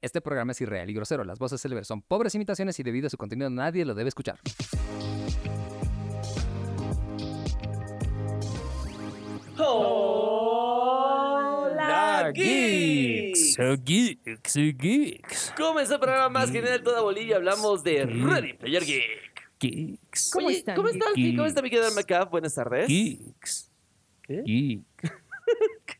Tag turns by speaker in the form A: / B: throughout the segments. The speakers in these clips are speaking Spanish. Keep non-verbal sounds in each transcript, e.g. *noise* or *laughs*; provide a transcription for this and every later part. A: Este programa es irreal y grosero. Las voces célebres son pobres imitaciones y debido a su contenido nadie lo debe escuchar.
B: ¡Hola, geeks!
C: So geeks, so geeks,
B: Comenzó el programa más genial de toda Bolivia. Hablamos de Ready Player Geek.
C: geeks,
D: ¿Cómo
B: Oye,
D: están,
B: ¿Cómo están?
C: geeks?
B: ¿Cómo está mi querido Macab? Buenas tardes.
C: geeks,
B: ¿Qué?
C: geeks,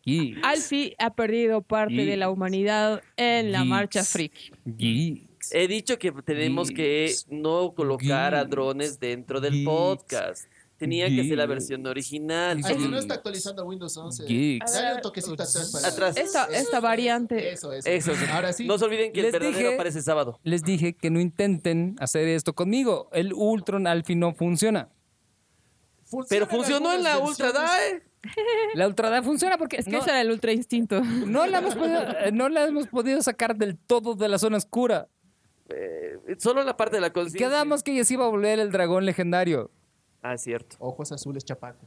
B: *laughs*
C: geeks,
D: Alfie ha perdido parte de la humanidad en la
C: Geeks.
D: marcha friki.
C: geeks.
B: He dicho que tenemos que
C: Geeks.
B: no colocar a
C: Geeks.
B: drones dentro del
C: Geeks.
B: podcast. Tenía que ser la
C: Geeks.
B: versión original.
C: Geeks.
E: Ay, si no
C: Sí.
E: está actualizando Windows 11.
C: Geeks.
E: Dale un toquecito atrás para...
B: Atrás.
D: Esta- esta variante.
E: Eso, eso.
B: Eso, eso.
E: Ahora sí.
B: No se olviden que el
C: Les
B: verdadero
C: dije-
B: aparece sábado.
C: Les dije que no intenten hacer esto conmigo. El Ultron al fin no funciona.
E: Funcionan
B: Pero funcionó en la
E: algunas
B: Ultra
E: versiones.
B: DAE.
C: La ultrada funciona porque
D: Es que
C: no,
D: ese era el ultra instinto.
C: no la hemos podido, eh, no la hemos podido sacar del todo de la zona oscura.
B: Eh, solo la parte de la conciencia.
C: Quedamos que ya se iba a volver el dragón legendario.
B: Ah, cierto.
E: Ojos
C: *laughs*
E: azules, chapaco.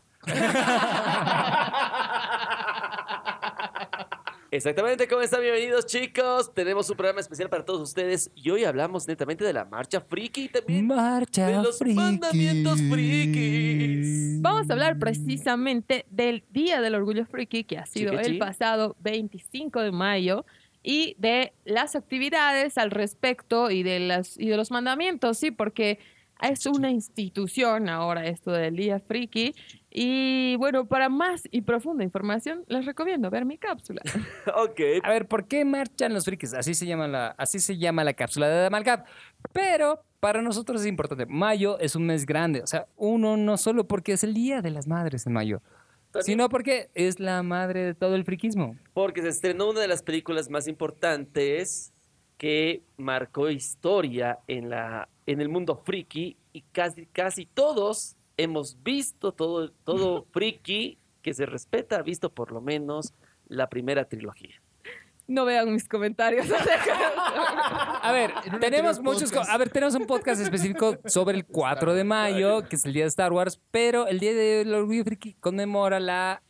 B: Exactamente, ¿cómo están? Bienvenidos, chicos. Tenemos un programa especial para todos ustedes y hoy hablamos netamente de la marcha friki y también
C: Marcha
B: de los
C: friki.
B: mandamientos frikis. *laughs*
D: Vamos a hablar precisamente del Día del Orgullo Friki, que ha sido
B: Chiquichi.
D: el pasado 25 de mayo, y de las actividades al respecto y de, las, y de los mandamientos, sí, porque es una institución ahora esto del Día Friki. Y bueno, para más y profunda información, les recomiendo ver mi cápsula. *laughs*
B: Ok,
C: A ver, ¿por qué marchan los frikis? Así se llama la, así se llama la cápsula de Damalgap. Pero para nosotros es importante. Mayo es un mes grande. O sea, uno no solo porque es el Día de las Madres en mayo,
B: También-
C: sino porque es la madre de todo el friquismo.
B: porque se estrenó una de las películas más importantes que marcó historia en, la, en el mundo friki y casi, casi todos hemos visto todo,
C: *laughs*
B: todo friki que se respeta, ha visto por lo menos la primera trilogía.
D: No vean mis comentarios. *laughs*
C: A ver,
E: En un
C: tenemos
E: anterior
C: muchos. co-
E: podcast.
C: A ver, tenemos un podcast específico sobre el 4 de mayo, que es el día de Star Wars, pero el día del orgullo friki conmemora la.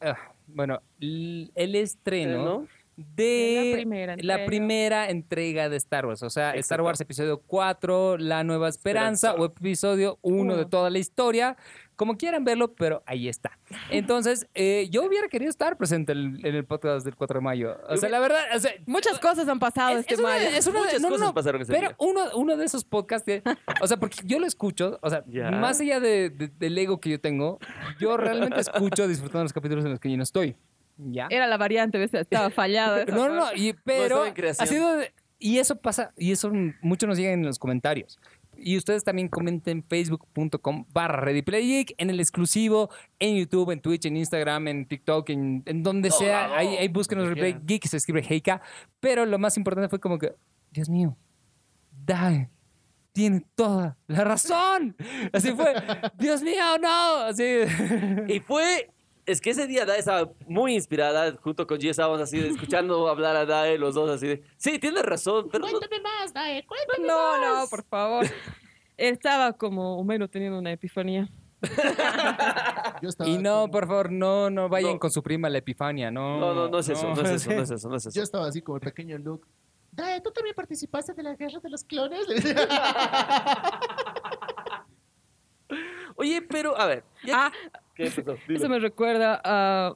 C: ah, bueno, l- el estreno.
B: ¿No?
C: de
D: La primera
C: la
D: entrega.
C: primera entrega de Star Wars. O sea, Star
B: Exacto.
C: Wars episodio 4, La Nueva Esperanza,
B: Esperanza.
C: o episodio 1 de
D: Uno.
C: toda la historia. Como quieran verlo, pero ahí
D: *laughs*
C: está. Entonces, eh, yo hubiera querido estar presente en, en el podcast del 4 de mayo. O sea, la verdad, o sea,
D: Muchas cosas han pasado
C: es,
D: este
C: es una
D: mayo.
C: de- es una de-
B: Muchas
C: no, no,
B: cosas
C: no,
B: pasaron ese
C: Pero
B: día.
C: uno, uno de esos podcasts, que- o sea, porque yo lo escucho, o sea,
B: Ya.
C: más allá de- de- del ego que yo tengo, yo realmente escucho disfrutando los capítulos en los que yo no estoy. ¿Ya?
D: Era la variante, ¿ves?
C: *laughs*
D: estaba fallada. *laughs* esa
C: No, no, no,
D: parte.
C: y, pero
B: estaba en creación.
C: ha sido de- y eso pasa, y eso mucho nos llega en los comentarios. Y ustedes también comenten facebook.com barra readyplaygeek en el exclusivo, en YouTube, en Twitch, en Instagram, en TikTok, en, en donde
B: Todo
C: sea.
B: lado.
C: Ahí, ahí búsquenos
B: Donde
C: Replay
B: quieran.
C: Geek, se escribe Heika. Pero lo más importante fue como que, Dios mío, Dae tiene toda la razón. *laughs* Así fue, Dios mío, no. Así.
B: Y fue. Es que ese día Dae estaba muy inspirada, junto con G estábamos así, de- escuchando *laughs* hablar a Dae, los dos así de. Sí, tienes razón, pero. no-
E: más, Dae, cuéntame
D: No, no, por favor. Estaba como Homero teniendo una epifanía.
E: Yo estaba
C: Y no,
E: como-
C: por favor, no, no vayan
B: No.
C: con su prima la Epifania, no.
B: No, no, no es eso, no es
C: *laughs*
B: eso, no es eso, no es
E: Yo
B: eso.
E: estaba así como el pequeño Luke. Dae, ¿tú también participaste de la guerra de
C: *laughs*
E: los clones?
B: Oye, pero, a ver. ya
D: Ah,
B: que- ¿Qué pasó? Dime.
D: eso me recuerda a,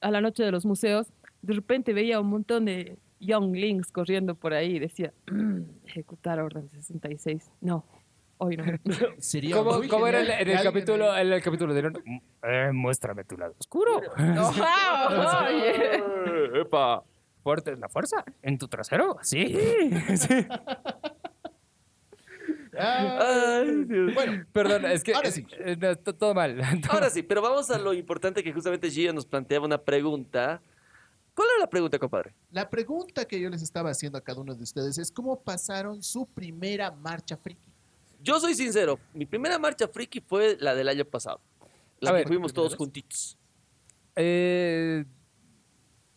D: a la noche de los museos. De repente veía un montón de younglings corriendo por ahí y decía, "Mm, ejecutar orden 66. No, hoy no.
E: Sería
C: ¿Cómo,
E: muy
C: cómo era el,
E: genial
C: en el
E: que alguien
C: capítulo? En el capítulo de eh, muéstrame tu lado oscuro. *laughs*
D: Ojalá, oye.
B: Eh, ¡Epa!
C: Fuerte es la fuerza. En tu trasero. Sí. *laughs* Sí.
E: Ah,
B: Ay, Dios.
E: bueno,
C: Perdón, es que
E: Ahora
C: es-
E: sí.
C: eh, no, to- todo mal. *laughs*
B: Ahora sí, pero vamos a lo importante que justamente Gio nos planteaba una pregunta. ¿Cuál era la pregunta, compadre?
E: la pregunta que yo les estaba haciendo a cada uno de ustedes es ¿cómo pasaron su primera marcha friki?
B: Yo soy sincero, mi primera marcha friki fue la del año pasado. La
C: A
B: que
C: ver.
B: fuimos todos juntitos.
C: Eh,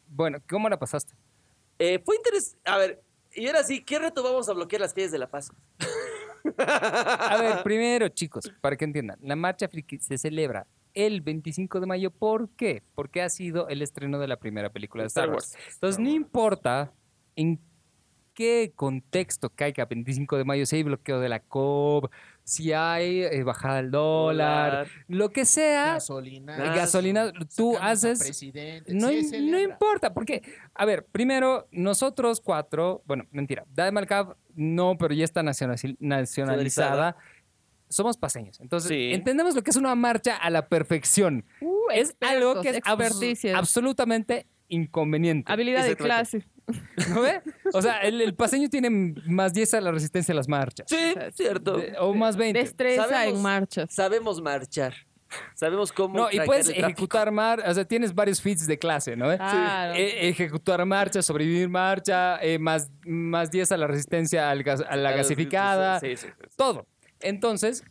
C: bueno, ¿cómo la pasaste?
B: Eh, fue interesante. A ver, y era así, ¿qué reto vamos a bloquear las calles de La Paz?
C: *laughs* A
B: *laughs*
C: ver, primero, chicos, para que entiendan, la marcha friki se celebra el 25 de mayo. ¿Por qué? Porque ha sido el estreno de la primera película de Star,
B: Star
C: Wars.
B: Wars.
C: Entonces, no importa en qué contexto caiga 25 de mayo, si hay bloqueo de la COP, si hay eh, bajada del dólar, lo que
D: Ah.
C: sea,
E: Gasolina.
B: Gas,
C: gasolina, tú
E: sacamos al
C: haces
E: presidente,
C: no,
E: se
C: im- no
E: celebra.
C: importa, porque, a ver, primero, nosotros cuatro, bueno, mentira, Dadmal Cab no, pero ya está nacionaliz- nacionalizada. Somos paseños. Entonces,
B: Sí.
C: entendemos lo que es una marcha a la perfección.
D: *laughs* Uh,
C: es algo
D: expertos,
C: que es abs-
D: experticias.
C: absolutamente inconveniente.
D: Habilidad de
B: Exactamente.
D: clase.
C: ¿No ve? O sea, el, el paseño tiene más 10 a la resistencia a las marchas.
B: Sí, cierto.
C: De- o más 20.
D: Destreza
B: Sabemos-
D: en marchas.
B: Sabemos marchar. Sabemos cómo.
C: No, y
B: trancar
C: puedes
B: el tráfico.
C: ejecutar marchas, o sea, tienes varios feats de clase, ¿no?
D: Claro.
C: E- ejecutar marcha, sobrevivir marcha, eh, más, más 10 a la resistencia al gas- a la
B: Claro, sí, sí,
C: gasificada,
B: sí, sí, sí.
C: todo. Entonces,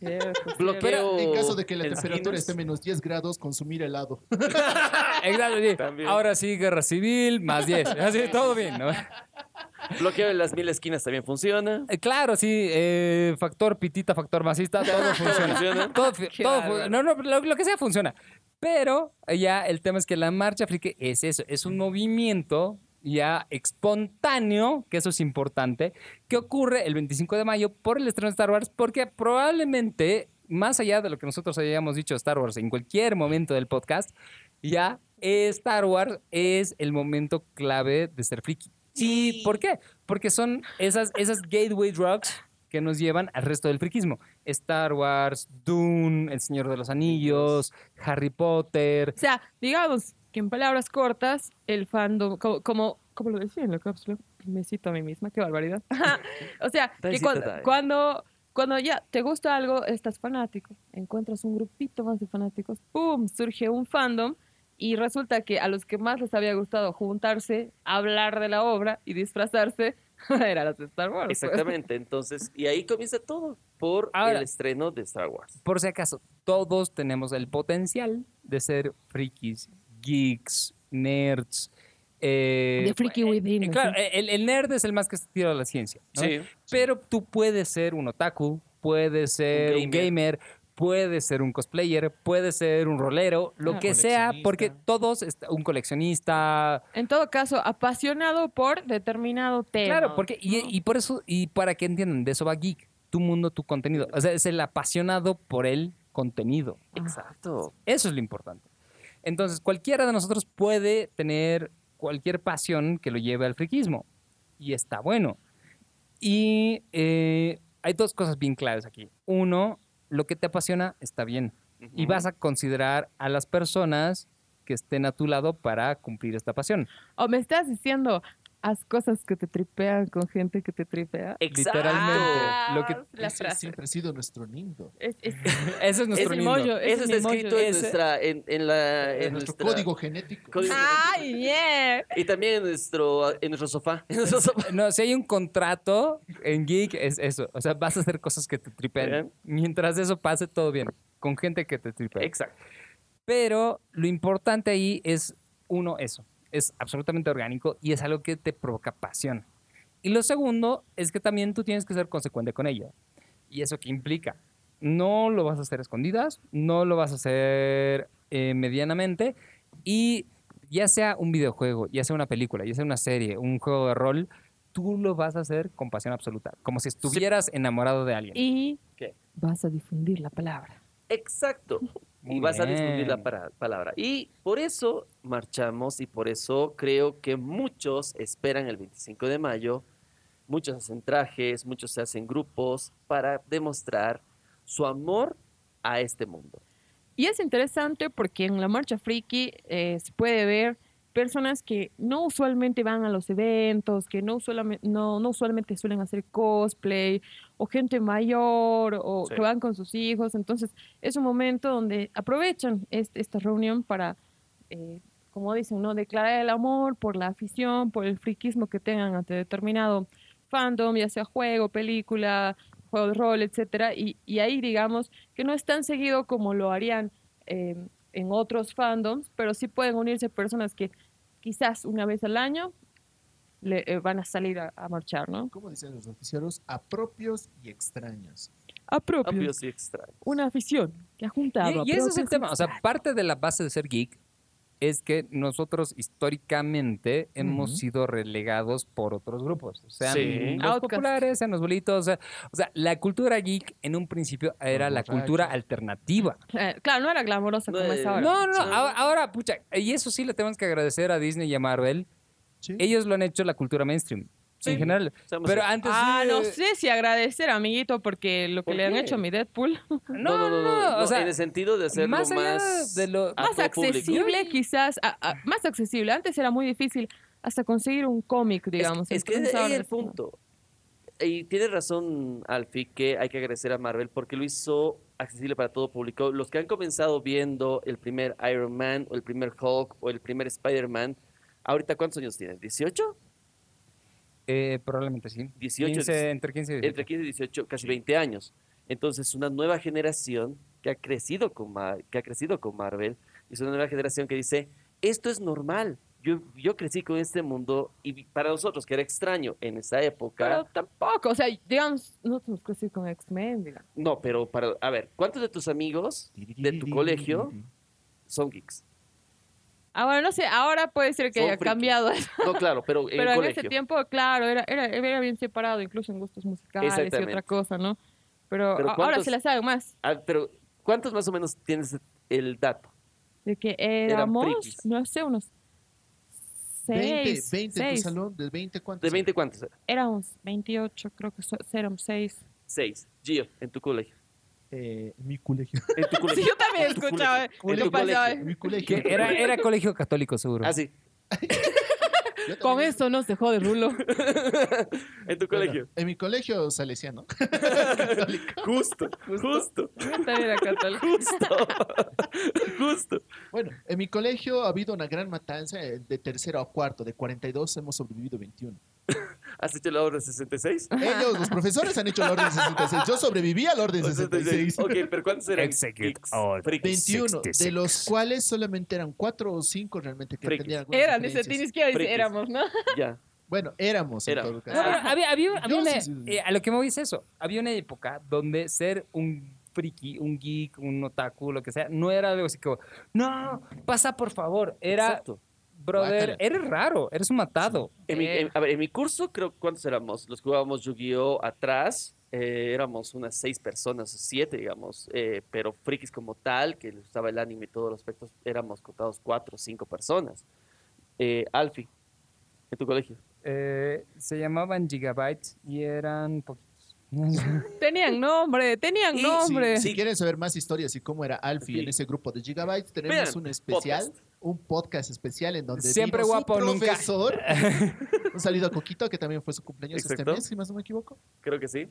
B: Bloqueo.
E: En caso de que la
B: en
E: temperatura
B: Guinness.
E: esté menos 10 grados, consumir helado.
C: exacto, sí.
B: También.
C: ahora sí, guerra civil, más 10. Así, todo bien, ¿no?
B: Bloqueo en las mil esquinas también
C: *laughs*
B: funciona.
C: Eh, Claro, sí, eh, factor pitita, factor masista, todo
B: *laughs*
C: funciona. *laughs*
B: funciona.
C: todo, fi-
D: Qué
C: todo fu-
D: bárbaro.
C: no, no, lo, lo que sea funciona. Pero eh, ya el tema es que la marcha frique es eso, es un movimiento ya espontáneo, que eso es importante, que ocurre el 25 de mayo por el estreno de Star Wars, porque probablemente, más allá de lo que nosotros hayamos dicho de Star Wars en cualquier momento del podcast, ya Star Wars es el momento clave de ser friki. Sí, ¿por qué? Porque son esas, esas gateway drugs que nos llevan al resto del friquismo. Star Wars, Dune, El Señor de los Anillos, Harry Potter.
D: O sea, digamos que en palabras cortas, el fandom, como, como, como lo decía en la cápsula, me cito a mí misma, qué barbaridad. *laughs* o sea, que
B: Taisita
D: cuan-
B: tai.
D: cuando, cuando ya te gusta algo, estás fanático, encuentras un grupito más de fanáticos, ¡pum! Surge un fandom y resulta que a los que más les había gustado juntarse, hablar de la obra y disfrazarse, *laughs* eran los de Star Wars. pues.
B: Exactamente. Entonces, y ahí comienza todo por
C: Ahora-
B: el estreno de Star Wars.
C: Por si acaso, todos tenemos el potencial de ser frikis, geeks, nerds. eh,
D: The freaky within,
C: eh, claro,
D: así.
C: el, el nerd es el más que se tira a la ciencia. ¿no?
B: Sí.
C: Pero tú puedes ser un otaku, puedes ser un
B: gamer.
C: gamer, puedes ser un cosplayer, puedes ser un rolero, lo
D: Claro.
C: que sea,
E: Coleccionista.
C: porque todos, est- un coleccionista.
D: En todo caso, apasionado por determinado tema.
C: Claro, porque, y, y por eso, y para que entiendan, de eso va geek, tu mundo, tu contenido. O sea, es el apasionado por el contenido.
B: Exacto.
C: Eso es lo importante. Entonces, cualquiera de nosotros puede tener cualquier pasión que lo lleve al friquismo. Y está bueno. Y eh, hay dos cosas bien claves aquí. Uno, lo que te apasiona está bien. Y
B: Ujú.
C: vas a considerar a las personas que estén a tu lado para cumplir esta pasión.
D: O me estás diciendo, haz cosas que te tripean con gente que te tripea. Ah,
B: Exacto.
C: literalmente. Lo que-
D: la
E: *laughs* Ese
D: frase.
E: siempre ha sido nuestro nindo.
D: Es, es-
C: Ese es
D: es
C: nuestro
D: el
C: nido.
D: mollo. ese
B: Eso
D: es
B: está
D: mi mollo.
B: escrito en,
D: Ese-
B: nuestra, en, en la, en
E: nuestro
B: Eh, nuestra-
E: código genético.
B: código-
D: ¡Ay, yeah!
B: Y también en nuestro, en nuestro sofá. *laughs* En nuestro sofá.
C: No, si hay un contrato en Geek, es eso. O sea, vas a hacer cosas que te tripen.
B: Bien.
C: Mientras eso pase, todo bien. Con gente que te tripea.
B: Exacto.
C: Pero lo importante ahí es, uno, eso. Es absolutamente orgánico y es algo que te provoca pasión. Y lo segundo es que también tú tienes que ser consecuente con ello. ¿Y eso qué implica? No lo vas a hacer a escondidas, no lo vas a hacer eh, medianamente. Y ya sea un videojuego, ya sea una película, ya sea una serie, un juego de rol, tú lo vas a hacer con pasión absoluta, como si estuvieras enamorado de alguien.
D: Y
B: ¿Qué?
D: vas a difundir la palabra.
B: Exacto.
C: Muy
B: y vas a
C: bien.
B: difundir la para- palabra. Y por eso marchamos y por eso creo que muchos esperan el 25 de mayo. Muchos hacen trajes, muchos se hacen grupos para demostrar su amor a este mundo.
D: Y es interesante porque en la marcha friki eh, se puede ver personas que no usualmente van a los eventos, que no usualmente, no, no usualmente suelen hacer cosplay, o gente mayor, o
B: Sí.
D: que van con sus hijos. Entonces, es un momento donde aprovechan este- esta reunión para, eh, como dicen, ¿no? declarar el amor por la afición, por el friquismo que tengan ante determinado fandom, ya sea juego, película, juego de rol, etcétera, y, y ahí digamos que no es tan seguido como lo harían eh, en otros fandoms, pero sí pueden unirse personas que quizás una vez al año le, eh, van a salir a, a marchar, ¿no?
E: ¿Cómo dicen los noticieros? A propios y extraños.
D: A propios.
B: Obvio, sí, extraño.
D: Una afición que ha juntado.
C: Y,
D: a
C: y ese es el
D: propios
C: tema. O sea, parte de la base de ser geek es que nosotros históricamente hemos
A: Ujú.
C: sido relegados por otros grupos. Sean
B: Sí.
C: los
D: Outcast.
C: populares, sean los bolitos. O sea, o sea, la cultura geek en un principio era la
E: borrachos.
C: cultura alternativa.
D: Eh, Claro, no era glamorosa como es
B: Eh,
D: ahora.
C: No, no, no,
B: Sí.
C: ahora, ahora, pucha, y eso sí le tenemos que agradecer a Disney y a Marvel.
E: Sí.
C: Ellos lo han hecho la cultura mainstream.
B: Sí.
C: En general.
B: Seamos
C: Pero
B: sinceros.
C: antes.
D: ah,
C: sí,
D: no
C: eh,
D: sé si agradecer, amiguito, porque lo que
B: ¿Por
D: le han
B: qué?
D: hecho a mi Deadpool.
C: No, no, no. o sea,
B: en el sentido de hacerlo
C: más
B: más,
C: allá de lo-
B: a
D: Más
B: todo público.
D: accesible, quizás. a- a- más accesible. Antes era muy difícil hasta conseguir un cómic,
B: Es-
D: digamos.
B: Es, que
D: Entonces
B: ese
D: ahora
B: es el
D: es-
B: punto. Y tiene razón Alfie que hay que agradecer a Marvel porque lo hizo accesible para todo público. Los que han comenzado viendo el primer Iron Man o el primer Hulk o el primer Spider-Man, ahorita ¿cuántos años tienen? ¿18?
C: eh, probablemente sí.
B: 18,
C: 15, entre 15 y 18.
B: Entre 15 y 18, casi 20 años. Entonces, una nueva generación que ha crecido con, Mar- que ha crecido con Marvel es una nueva generación que dice, esto es normal. Yo, yo crecí con este mundo y vi- para nosotros, que era extraño en esa época...
D: Pero tampoco, o sea, digamos, no tenemos que decir con X-Men, digamos.
B: No, pero para, a ver, ¿cuántos de tus amigos de tu colegio son geeks?
D: Ahora, Ah, no sé, ahora puede ser que
B: Son
D: haya
B: frikis.
D: cambiado,
B: No, claro,
D: *laughs*
B: pero en
D: pero
B: el
D: en
B: colegio.
D: ese tiempo, claro, era, era, era bien separado, incluso en gustos musicales y
B: Exactamente.
D: otra cosa, ¿no? Pero,
B: Pero
D: a- ahora
B: ¿cuántos-
D: se la sabe más
B: Ah, pero ¿cuántos más o menos tienes el dato?
D: de que
B: Eran
D: éramos,
B: frikis.
D: no sé, unos
E: 20,
D: seis,
E: 20 en tu
D: seis.
E: salón, ¿de 20 cuántos?
B: ¿De 20 cuántos?
D: éramos 28, creo que so- éramos 6.
B: Seis. Gio, en tu
D: *laughs*
B: colegio.
E: Eh, mi colegio.
B: *laughs* En tu
D: Sí,
B: colegio.
D: yo también
B: En tu
D: escuchaba. eh.
B: colegio. En
D: ¿Qué
B: tu
D: pasaba?
B: colegio.
E: mi colegio.
C: Que era, era colegio católico, seguro.
B: Ah, sí.
E: Yo también-
D: Con esto nos dejó
B: *laughs*
D: de rulo.
B: En tu
E: Bueno,
B: colegio.
E: En mi colegio salesiano.
D: *laughs*
B: Justo, justo,
D: Yo también era católica.
B: justo. *laughs* Justo.
E: Bueno, en mi colegio ha habido una gran matanza eh, de tercero a cuarto. De 42 hemos sobrevivido 21.
B: ¿Has hecho la obra 66?
E: Ellos, los profesores, han hecho el orden 66. Yo sobreviví al orden 66.
B: Ok, pero ¿cuántos eran?
C: Execute
B: geeks?
C: all
B: Frikis.
E: 21, de
C: 66.
E: los cuales solamente eran 4 o 5 realmente que
B: Frikis.
E: tenían algunas
D: Eran, dice,
E: diferencias.
D: tiene izquierda, dice,
B: Frikis.
D: éramos, ¿no?
B: Ya.
E: Bueno, éramos en
B: Éramos.
E: todo
C: No,
E: caso.
C: pero había, había- había
E: Yo
C: una-
E: sí, sí, sí.
C: eh, a lo que me voy es eso. Había una época donde ser un friki, un geek, un otaku, lo que sea, no era algo así como, no, pasa por favor. Era,
B: Exacto.
C: brother,
E: Guácala.
C: eres raro, eres un matado.
B: En mi-
D: Eh.
B: en- a ver, en mi curso, creo, ¿cuántos éramos? Los jugábamos Yu-Gi-Oh! atrás. eh, éramos unas seis personas, o siete, digamos. eh, pero frikis como tal, que les gustaba el anime y todos los aspectos, éramos contados cuatro o cinco personas. Eh, Alfie, en tu colegio.
C: Eh, se llamaban Gigabytes y eran poquitos.
D: Tenían nombre, tenían
B: Y-
D: nombre.
E: Si quieren saber más historias y cómo era Alfie
B: Sí.
E: en ese grupo de Gigabytes, tenemos
B: Vean,
E: un especial,
B: podcast.
E: un podcast especial en donde
C: Siempre
E: vino su
C: guapo, nunca. *laughs*
E: profesor. Un saludo a Coquito, que también fue su cumpleaños este
B: Exacto.
E: mes, si más no me equivoco.
B: Creo que sí.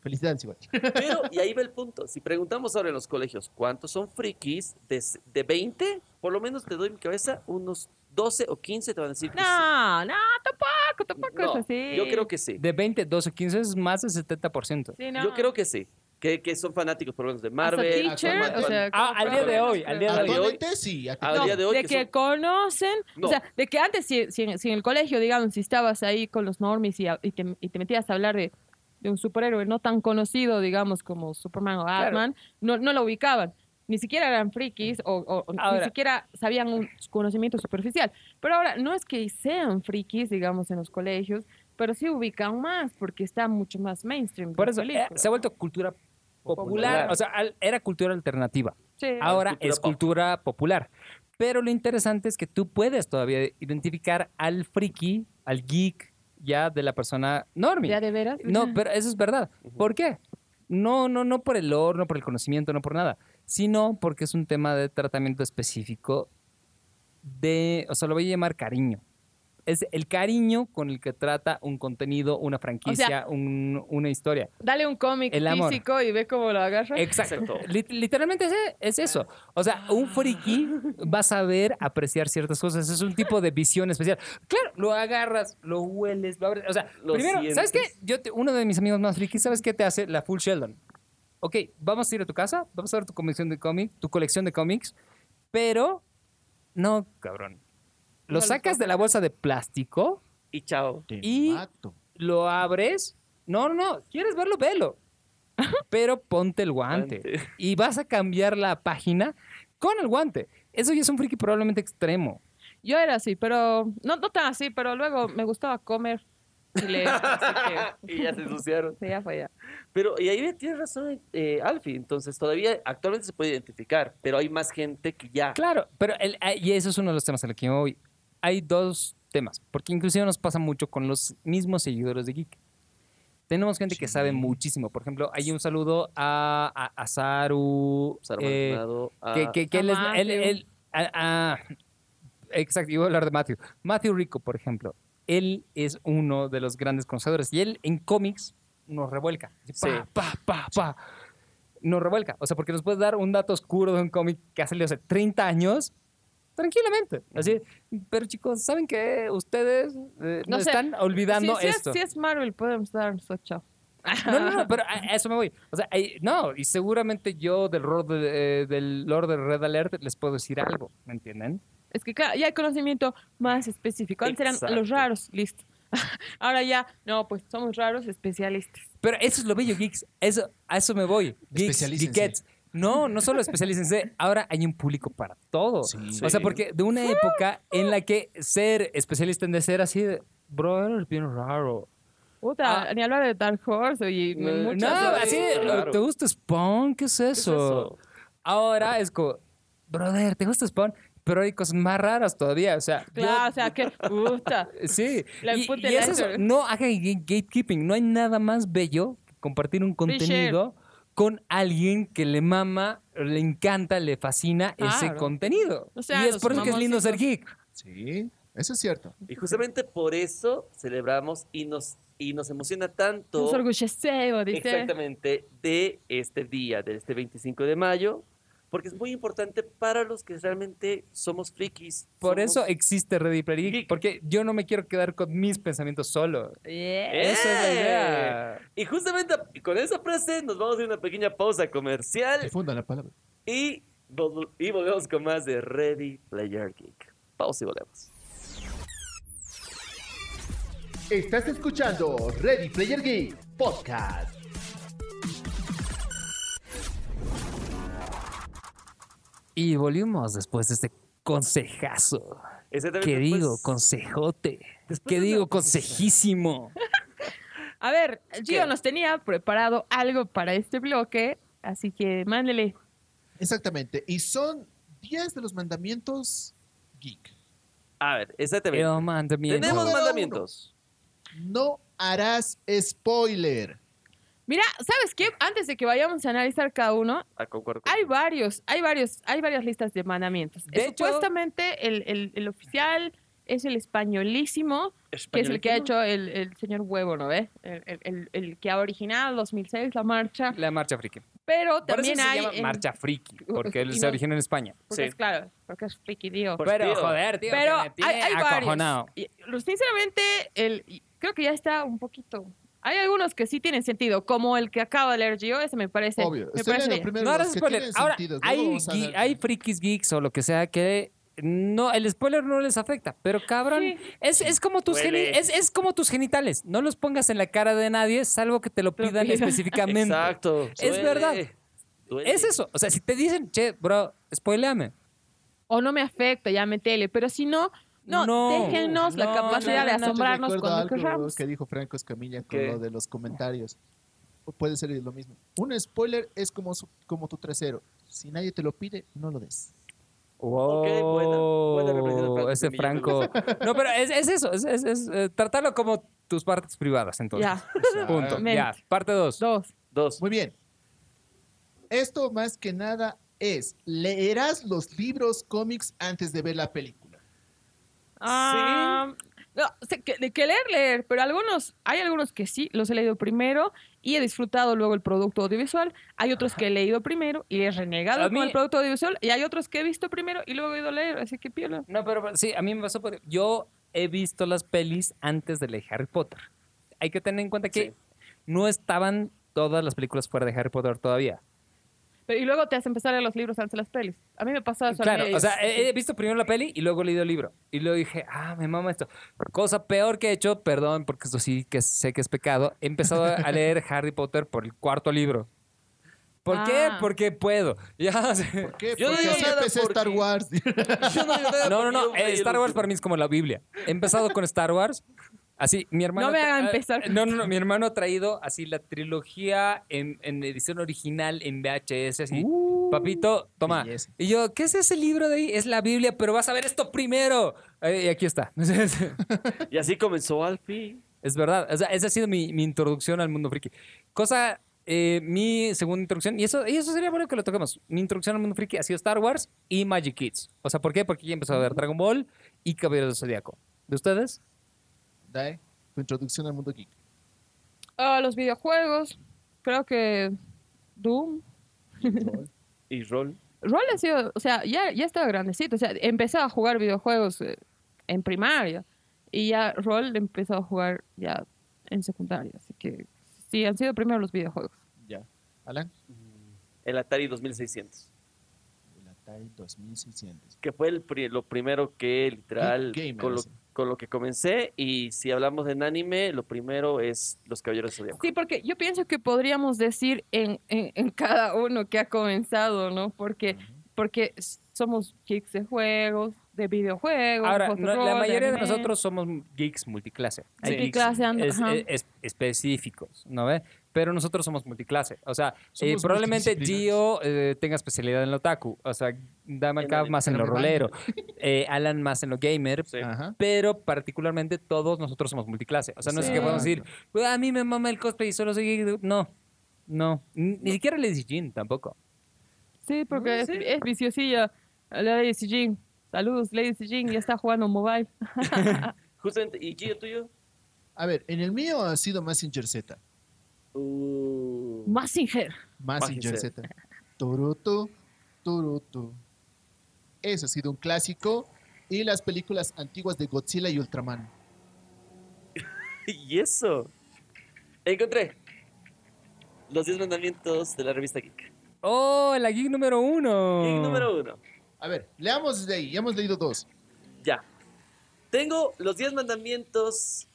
E: Felicidades, igual.
B: Pero, y ahí va el punto. Si preguntamos ahora en los colegios, ¿cuántos son frikis? De, s- de 20, por lo menos te doy mi cabeza, unos 12 o 15 te van a decir que *laughs* sí.
D: No, no, tampoco, tampoco
B: No,
D: es así.
B: Yo creo que sí.
C: De 20, 12, 15 es más del 70%.
D: Sí, no.
B: Yo creo que sí. Que, que son fanáticos, por lo menos, de Marvel.
D: Hasta teacher,
E: Aquaman,
D: o sea,
C: Ah, al día de hoy, al día de hoy.
E: Actualmente sí,
B: Al
E: actualmente
B: Ah, día de hoy
D: de
B: que
D: que,
B: son-
D: conocen,
B: No.
D: o sea, de que antes, si, si en, si en el colegio, digamos, si estabas ahí con los normies y, a- y te, y te metías a hablar de, de un superhéroe no tan conocido, digamos, como Superman o Batman, no, no lo ubicaban. Ni siquiera eran frikis o, o- o
C: Ahora.
D: ni siquiera sabían un conocimiento superficial. Pero ahora, no es que sean frikis, digamos, en los colegios, pero sí ubican más porque está mucho más mainstream.
C: Por
D: la
C: eso eh,
D: película.
C: se ha vuelto cultura popular.
B: Popular.
C: O sea, al- era cultura alternativa.
D: Sí.
C: Ahora
B: cultura
C: es
B: pop.
C: cultura popular. Pero lo interesante es que tú puedes todavía identificar al friki, al geek, ya de la persona
D: ¿Ya
C: normie.
D: de veras?
C: No, pero eso es verdad. ¿Por qué? No, no, no por el lore, no por el conocimiento, no por nada, sino porque es un tema de tratamiento específico de, o sea, lo voy a llamar cariño. Es el cariño con el que trata un contenido, una franquicia, un- una historia.
D: *laughs* Dale un cómic
C: El amor.
D: físico y ve cómo lo agarra.
C: Exacto.
B: Exacto.
C: Lit- literalmente es, es eso. O sea, un friki va a saber apreciar ciertas cosas. Es un tipo de visión especial. Claro, lo agarras, lo hueles, lo abres. O sea,
B: Lo
C: primero, ¿sabes qué?
B: sientes.
C: Yo te- uno de mis amigos más frikis, ¿sabes qué te hace? La Full Sheldon. Ok, vamos a ir a tu casa, vamos a ver tu colección de cómics, tu colección de cómics, pero no, cabrón. Lo
D: No los
C: sacas de la bolsa de plástico,
B: Y chao.
E: Te
C: Y-
E: mato.
C: lo abres. No, no, no. ¿Quieres verlo? Velo. Pero ponte el guante.
B: Guante.
C: Y vas a cambiar la página con el guante. Eso ya es un friki probablemente extremo.
D: Yo era así, pero no, no tan así, pero luego me gustaba comer y leer. *laughs* así
B: *laughs* y ya se ensuciaron.
D: que, sí, ya fue ya.
B: Pero, y ahí tienes razón, eh, Alfie. Entonces, todavía actualmente se puede identificar, pero hay más gente que ya.
C: Claro, pero el- ah, y eso es uno de los temas a los que me voy. Hay dos temas, porque inclusive nos pasa mucho con los mismos seguidores de Geek. Tenemos gente que sabe muchísimo. Por ejemplo, hay un saludo a, a, a Saru.
B: Sara
C: eh,
B: Maldonado, ah,
C: que, que- que
D: A
C: él es- él-
D: Matthew.
C: él- ah, ah, exacto, iba a hablar de Matthew. Matthew Rico, por ejemplo. Él es uno de los grandes conocedores. Y él en cómics nos revuelca. Pa,
B: Sí.
C: pa, pa, pa. Nos revuelca. O sea, porque nos puede dar un dato oscuro de un cómic que ha salido hace 30 años. Tranquilamente. Así, pero chicos, ¿saben que ustedes eh,
D: No sé.
C: están olvidando
D: si, si
C: esto?
D: Es, si es Marvel, podemos dar nuestro chao.
C: No, no, no, pero a a eso me voy. O sea, hay- no, y seguramente yo del, rol de- eh, del Lord de Red Alert les puedo decir algo, ¿me entienden?
D: Es que claro, ya hay conocimiento más específico. Antes eran
B: Exacto.
D: los raros, listo. *laughs* Ahora ya, no, pues somos raros especialistas.
C: Pero eso es lo bello, geeks. Eso, a eso me voy. Geeks,
E: Especialícense.
C: geekettes. No, no solo especialícense, ahora hay un público para todo.
E: Sí.
C: O sea,
B: Sí.
C: porque de una época en la que ser especialista en ser así, de, bro, eres bien raro.
D: Puta,
C: Ah.
D: ni hablar de Dark Horse y
B: No,
D: muchas
C: No,
B: cosas.
C: así,
B: Claro.
C: ¿te gusta Spawn? ¿Qué es eso?
B: eso?
C: Ahora es como, brother, ¿te gusta Spawn? Pero hay cosas más raras todavía, o sea, yo-
D: Claro, o sea, que
C: *laughs*
D: puta.
C: Sí.
D: *laughs* La
C: y,
D: punta
C: y
D: del
C: es eso,
D: iceberg.
C: no hagan gate- gatekeeping. No hay nada más bello que compartir un
D: share.
C: contenido con alguien que le mama, le encanta, le fascina ese
D: Claro.
C: contenido.
D: O sea,
C: y es
D: los
C: por eso que es lindo ser geek.
E: Sí, eso es cierto.
B: Y justamente por eso celebramos y nos, y nos emociona tanto
D: Nos orgullecemos, dice.
B: exactamente de este día, de este 25 de mayo, porque es muy importante para los que realmente somos frikis.
C: Por
B: somos-
C: eso existe Ready Player Geek,
B: Geek.
C: porque yo no me quiero quedar con mis pensamientos solo.
D: Yeah.
B: ¡Eh!
C: Esa es la idea.
B: Y justamente con esa frase nos vamos a ir a una pequeña pausa comercial
E: Difunda la palabra.
B: y, vol- y volvemos con más de Ready Player Geek. Pausa y volvemos.
F: Estás escuchando Ready Player Geek Podcast.
C: Y volvimos después de este consejazo.
B: Exactamente, pues,
C: ¿Qué
B: después-
C: digo? Consejote.
B: después
C: ¿Qué
B: de
C: digo?
B: una-
C: Consejísimo.
D: A ver, Gio
B: ¿Qué?
D: nos tenía preparado algo para este bloque, así que mándele.
E: Exactamente. Y son 10 de los mandamientos geek.
B: A ver, exactamente.
C: El mandamiento.
B: Tenemos
E: Número
B: mandamientos.
E: No harás spoiler.
D: Mira, ¿sabes qué? Antes de que vayamos a analizar cada uno,
B: Ah, concuerdo con-
D: hay varios, hay varios, hay varias listas de mandamientos.
C: De
D: Eh,
C: hecho-
D: Supuestamente el, el- el oficial es el españolísimo, que es el que ha hecho el, el señor Huevo, ¿no ves? El, el- el- el que ha originado en 2006 la marcha,
C: La marcha friki.
D: pero
C: Por eso
D: también
C: se
D: hay...
C: llama
D: en-
C: marcha *laughs* friki, porque
D: Y
C: él
D: no-
C: se originó en España.
D: porque
B: Sí.
D: es claro, porque es friki, tío.
B: Por-
C: Pero,
B: tío.
C: joder, tío,
D: Pero
C: que me tiene
D: hay, hay varios.
C: acojonado.
D: Y, lo- sinceramente, el, y creo que ya está un poquito. Hay algunos que sí tienen sentido, como el que acabo de leer yo, ese me parece.
E: Obvio.
D: Me
E: Estoy
D: parece
E: leyendo
D: bien.
E: primero
C: No
E: los
C: harás
E: que
C: spoiler.
E: tienen
C: Ahora,
E: sentido. Luego
C: hay,
E: vamos a
C: gui-
E: hablar-
C: hay frikis geeks o lo que sea que no, el spoiler no les afecta, pero cabrón,
D: Sí.
C: es, es como tus geni-
B: Duele.
C: es, es como tus genitales. No los pongas en la cara de nadie, salvo que te lo
D: Te lo
C: pidan *laughs*
D: pidan.
C: específicamente.
B: Exacto.
C: Es verdad.
B: Duele.
C: Es eso. O sea, si te dicen, che, bro, spoileame.
D: O no me afecta, ya metele. Pero si no, no,
C: No,
D: déjenos la
C: no, no,
D: capacidad de
C: no, no, yo
D: asombrarnos
E: Yo recuerdo
D: cuando
E: algo
D: querramos.
E: que dijo Franco Escamilla con
B: ¿Qué?
E: lo de los comentarios. O Puede ser lo mismo. Un spoiler es como, su- como tu trasero. Si nadie te lo pide, no lo des.
C: Wow,
B: buena- buena reflexión de Franco
C: ese
B: Escamilla,
C: Franco. No, pero es, es eso, es, es- es, eh, tratarlo como tus partes privadas, entonces.
D: Ya,
C: *laughs* Punto.
D: Mente.
C: Ya, parte dos.
D: dos.
E: *laughs*
B: Dos.
E: Muy bien. Esto más que nada es, leerás los libros cómics antes de ver la película.
D: Ah, no, sé que, de que leer, leer, pero algunos, hay algunos que sí, los he leído primero y he disfrutado luego el producto audiovisual. Hay otros que he leído primero y he renegado
C: A
D: con
C: mí-
D: el producto audiovisual. Y hay otros que he visto primero y luego he ido a leer, así que piola.
C: No, pero pero sí, a mí me pasó por... Yo he visto las pelis antes de la de Harry Potter. Hay que tener en cuenta que
B: Sí.
C: no estaban todas las películas fuera de Harry Potter todavía.
D: Pero, y luego te hace empezar a leer los libros antes de las pelis. A mí me pasa eso. a
C: Claro,
D: mí-
C: o sea, eh, he, he visto primero la peli y luego he leído el libro. Y luego dije, ah, me mama esto. Cosa peor que he hecho, perdón, porque esto sí que sé que es pecado, he empezado a leer Harry Potter por el cuarto libro. ¿Por qué?
D: Ah.
C: Porque puedo. *laughs* Ya, o sea,
E: ¿Por qué?
B: Yo no
E: Porque
B: digo
E: así
B: nada
E: empecé
B: porque-
E: Star Wars. *laughs*
B: Yo no digo nada
C: No, no, no.
B: porque yo
C: eh,
B: fui
C: Star
B: el
C: Wars
B: último.
C: para mí es como la Biblia. He empezado con Star Wars. Así, mi hermano.
D: No me haga
C: eh,
D: empezar con
C: No, no, no. Mi hermano ha traído así la trilogía en, en edición original en VHS. Así, papito, toma.
E: belleza.
C: Y yo, ¿qué es ese libro de ahí? Es la Biblia, pero vas a ver esto primero. Eh, y aquí está. *laughs*
B: Y así comenzó Alfie.
C: Es verdad. O sea, esa ha sido mi, mi introducción al mundo friki. Cosa, eh, mi segunda introducción, y eso, y eso sería bueno que lo toquemos. Mi introducción al mundo friki ha sido Star Wars y Magic Kids. O sea, ¿por qué? Porque ya empezó a ver Dragon Ball y Caballeros del Zodíaco. ¿De ustedes?
E: Dae, tu introducción al mundo geek.
D: Ah, los videojuegos. Creo que Doom.
B: Y Rol.
D: Rol ha sido, o sea, ya, ya estaba grandecito. O sea, empezaba a jugar videojuegos eh, en primaria. Y ya Rol empezó a jugar ya en secundaria. Así que sí, han sido primero los videojuegos.
E: Ya. Alan,
B: Mm. El Atari 2600.
E: el Atari 2600.
B: Que fue el pri- lo primero que literal.
E: Geek gamer,
B: con, lo,
E: sí.
B: con lo que comencé. Y si hablamos en anime, lo primero es Los Caballeros del Zodiaco.
D: Sí, porque yo pienso que podríamos decir en, en- en cada uno que ha comenzado, ¿no? Porque, porque s- somos geeks de juegos, de videojuegos.
C: Ahora,
D: juegos de
C: no- la
D: rol,
C: mayoría de
D: anime.
C: nosotros somos geeks multiclase. Hay geeks
D: ¿eh? Multiclase, ando-
C: es-
D: ajá.
C: es- es- específicos, ¿no ve? Pero nosotros somos multiclase. O sea, eh,
E: Somos
C: probablemente Gio
E: multidisciplinarios.
C: eh, tenga especialidad en lo otaku. O sea, Dama
B: En
C: Cab
B: el-
C: más en
E: en
C: lo
E: el-
C: rolero. eh, Alan más en lo gamer.
B: Sí.
E: Ajá.
C: Pero particularmente todos nosotros somos multiclase. O sea, no es
D: Sí.
C: que podemos decir, "Pues, a mí me mama el cosplay y solo soy geek. de-". No, no. Ni, ni siquiera le Jin tampoco.
D: Sí,
C: Mm,
D: porque es, es viciosilla. La Lady Sijin. Saludos, Lady Sijin. Ya está jugando mobile.
B: Justamente, ¿y Gio tuyo?
E: A ver, en el mío ha sido Massinger Z.
B: Uh,
D: Massinger.
E: Massinger
B: Mazinger.
E: Z. Toruto, Toruto. Ese ha sido un clásico. Y las películas antiguas de Godzilla y Ultraman.
B: *laughs* ¿Y eso? Encontré. Los 10 mandamientos de la revista Geek.
C: ¡Oh, la geek número uno!
B: Geek número uno.
E: A ver, leamos desde ahí. Ya hemos leído dos.
B: Ya. Tengo los 10 mandamientos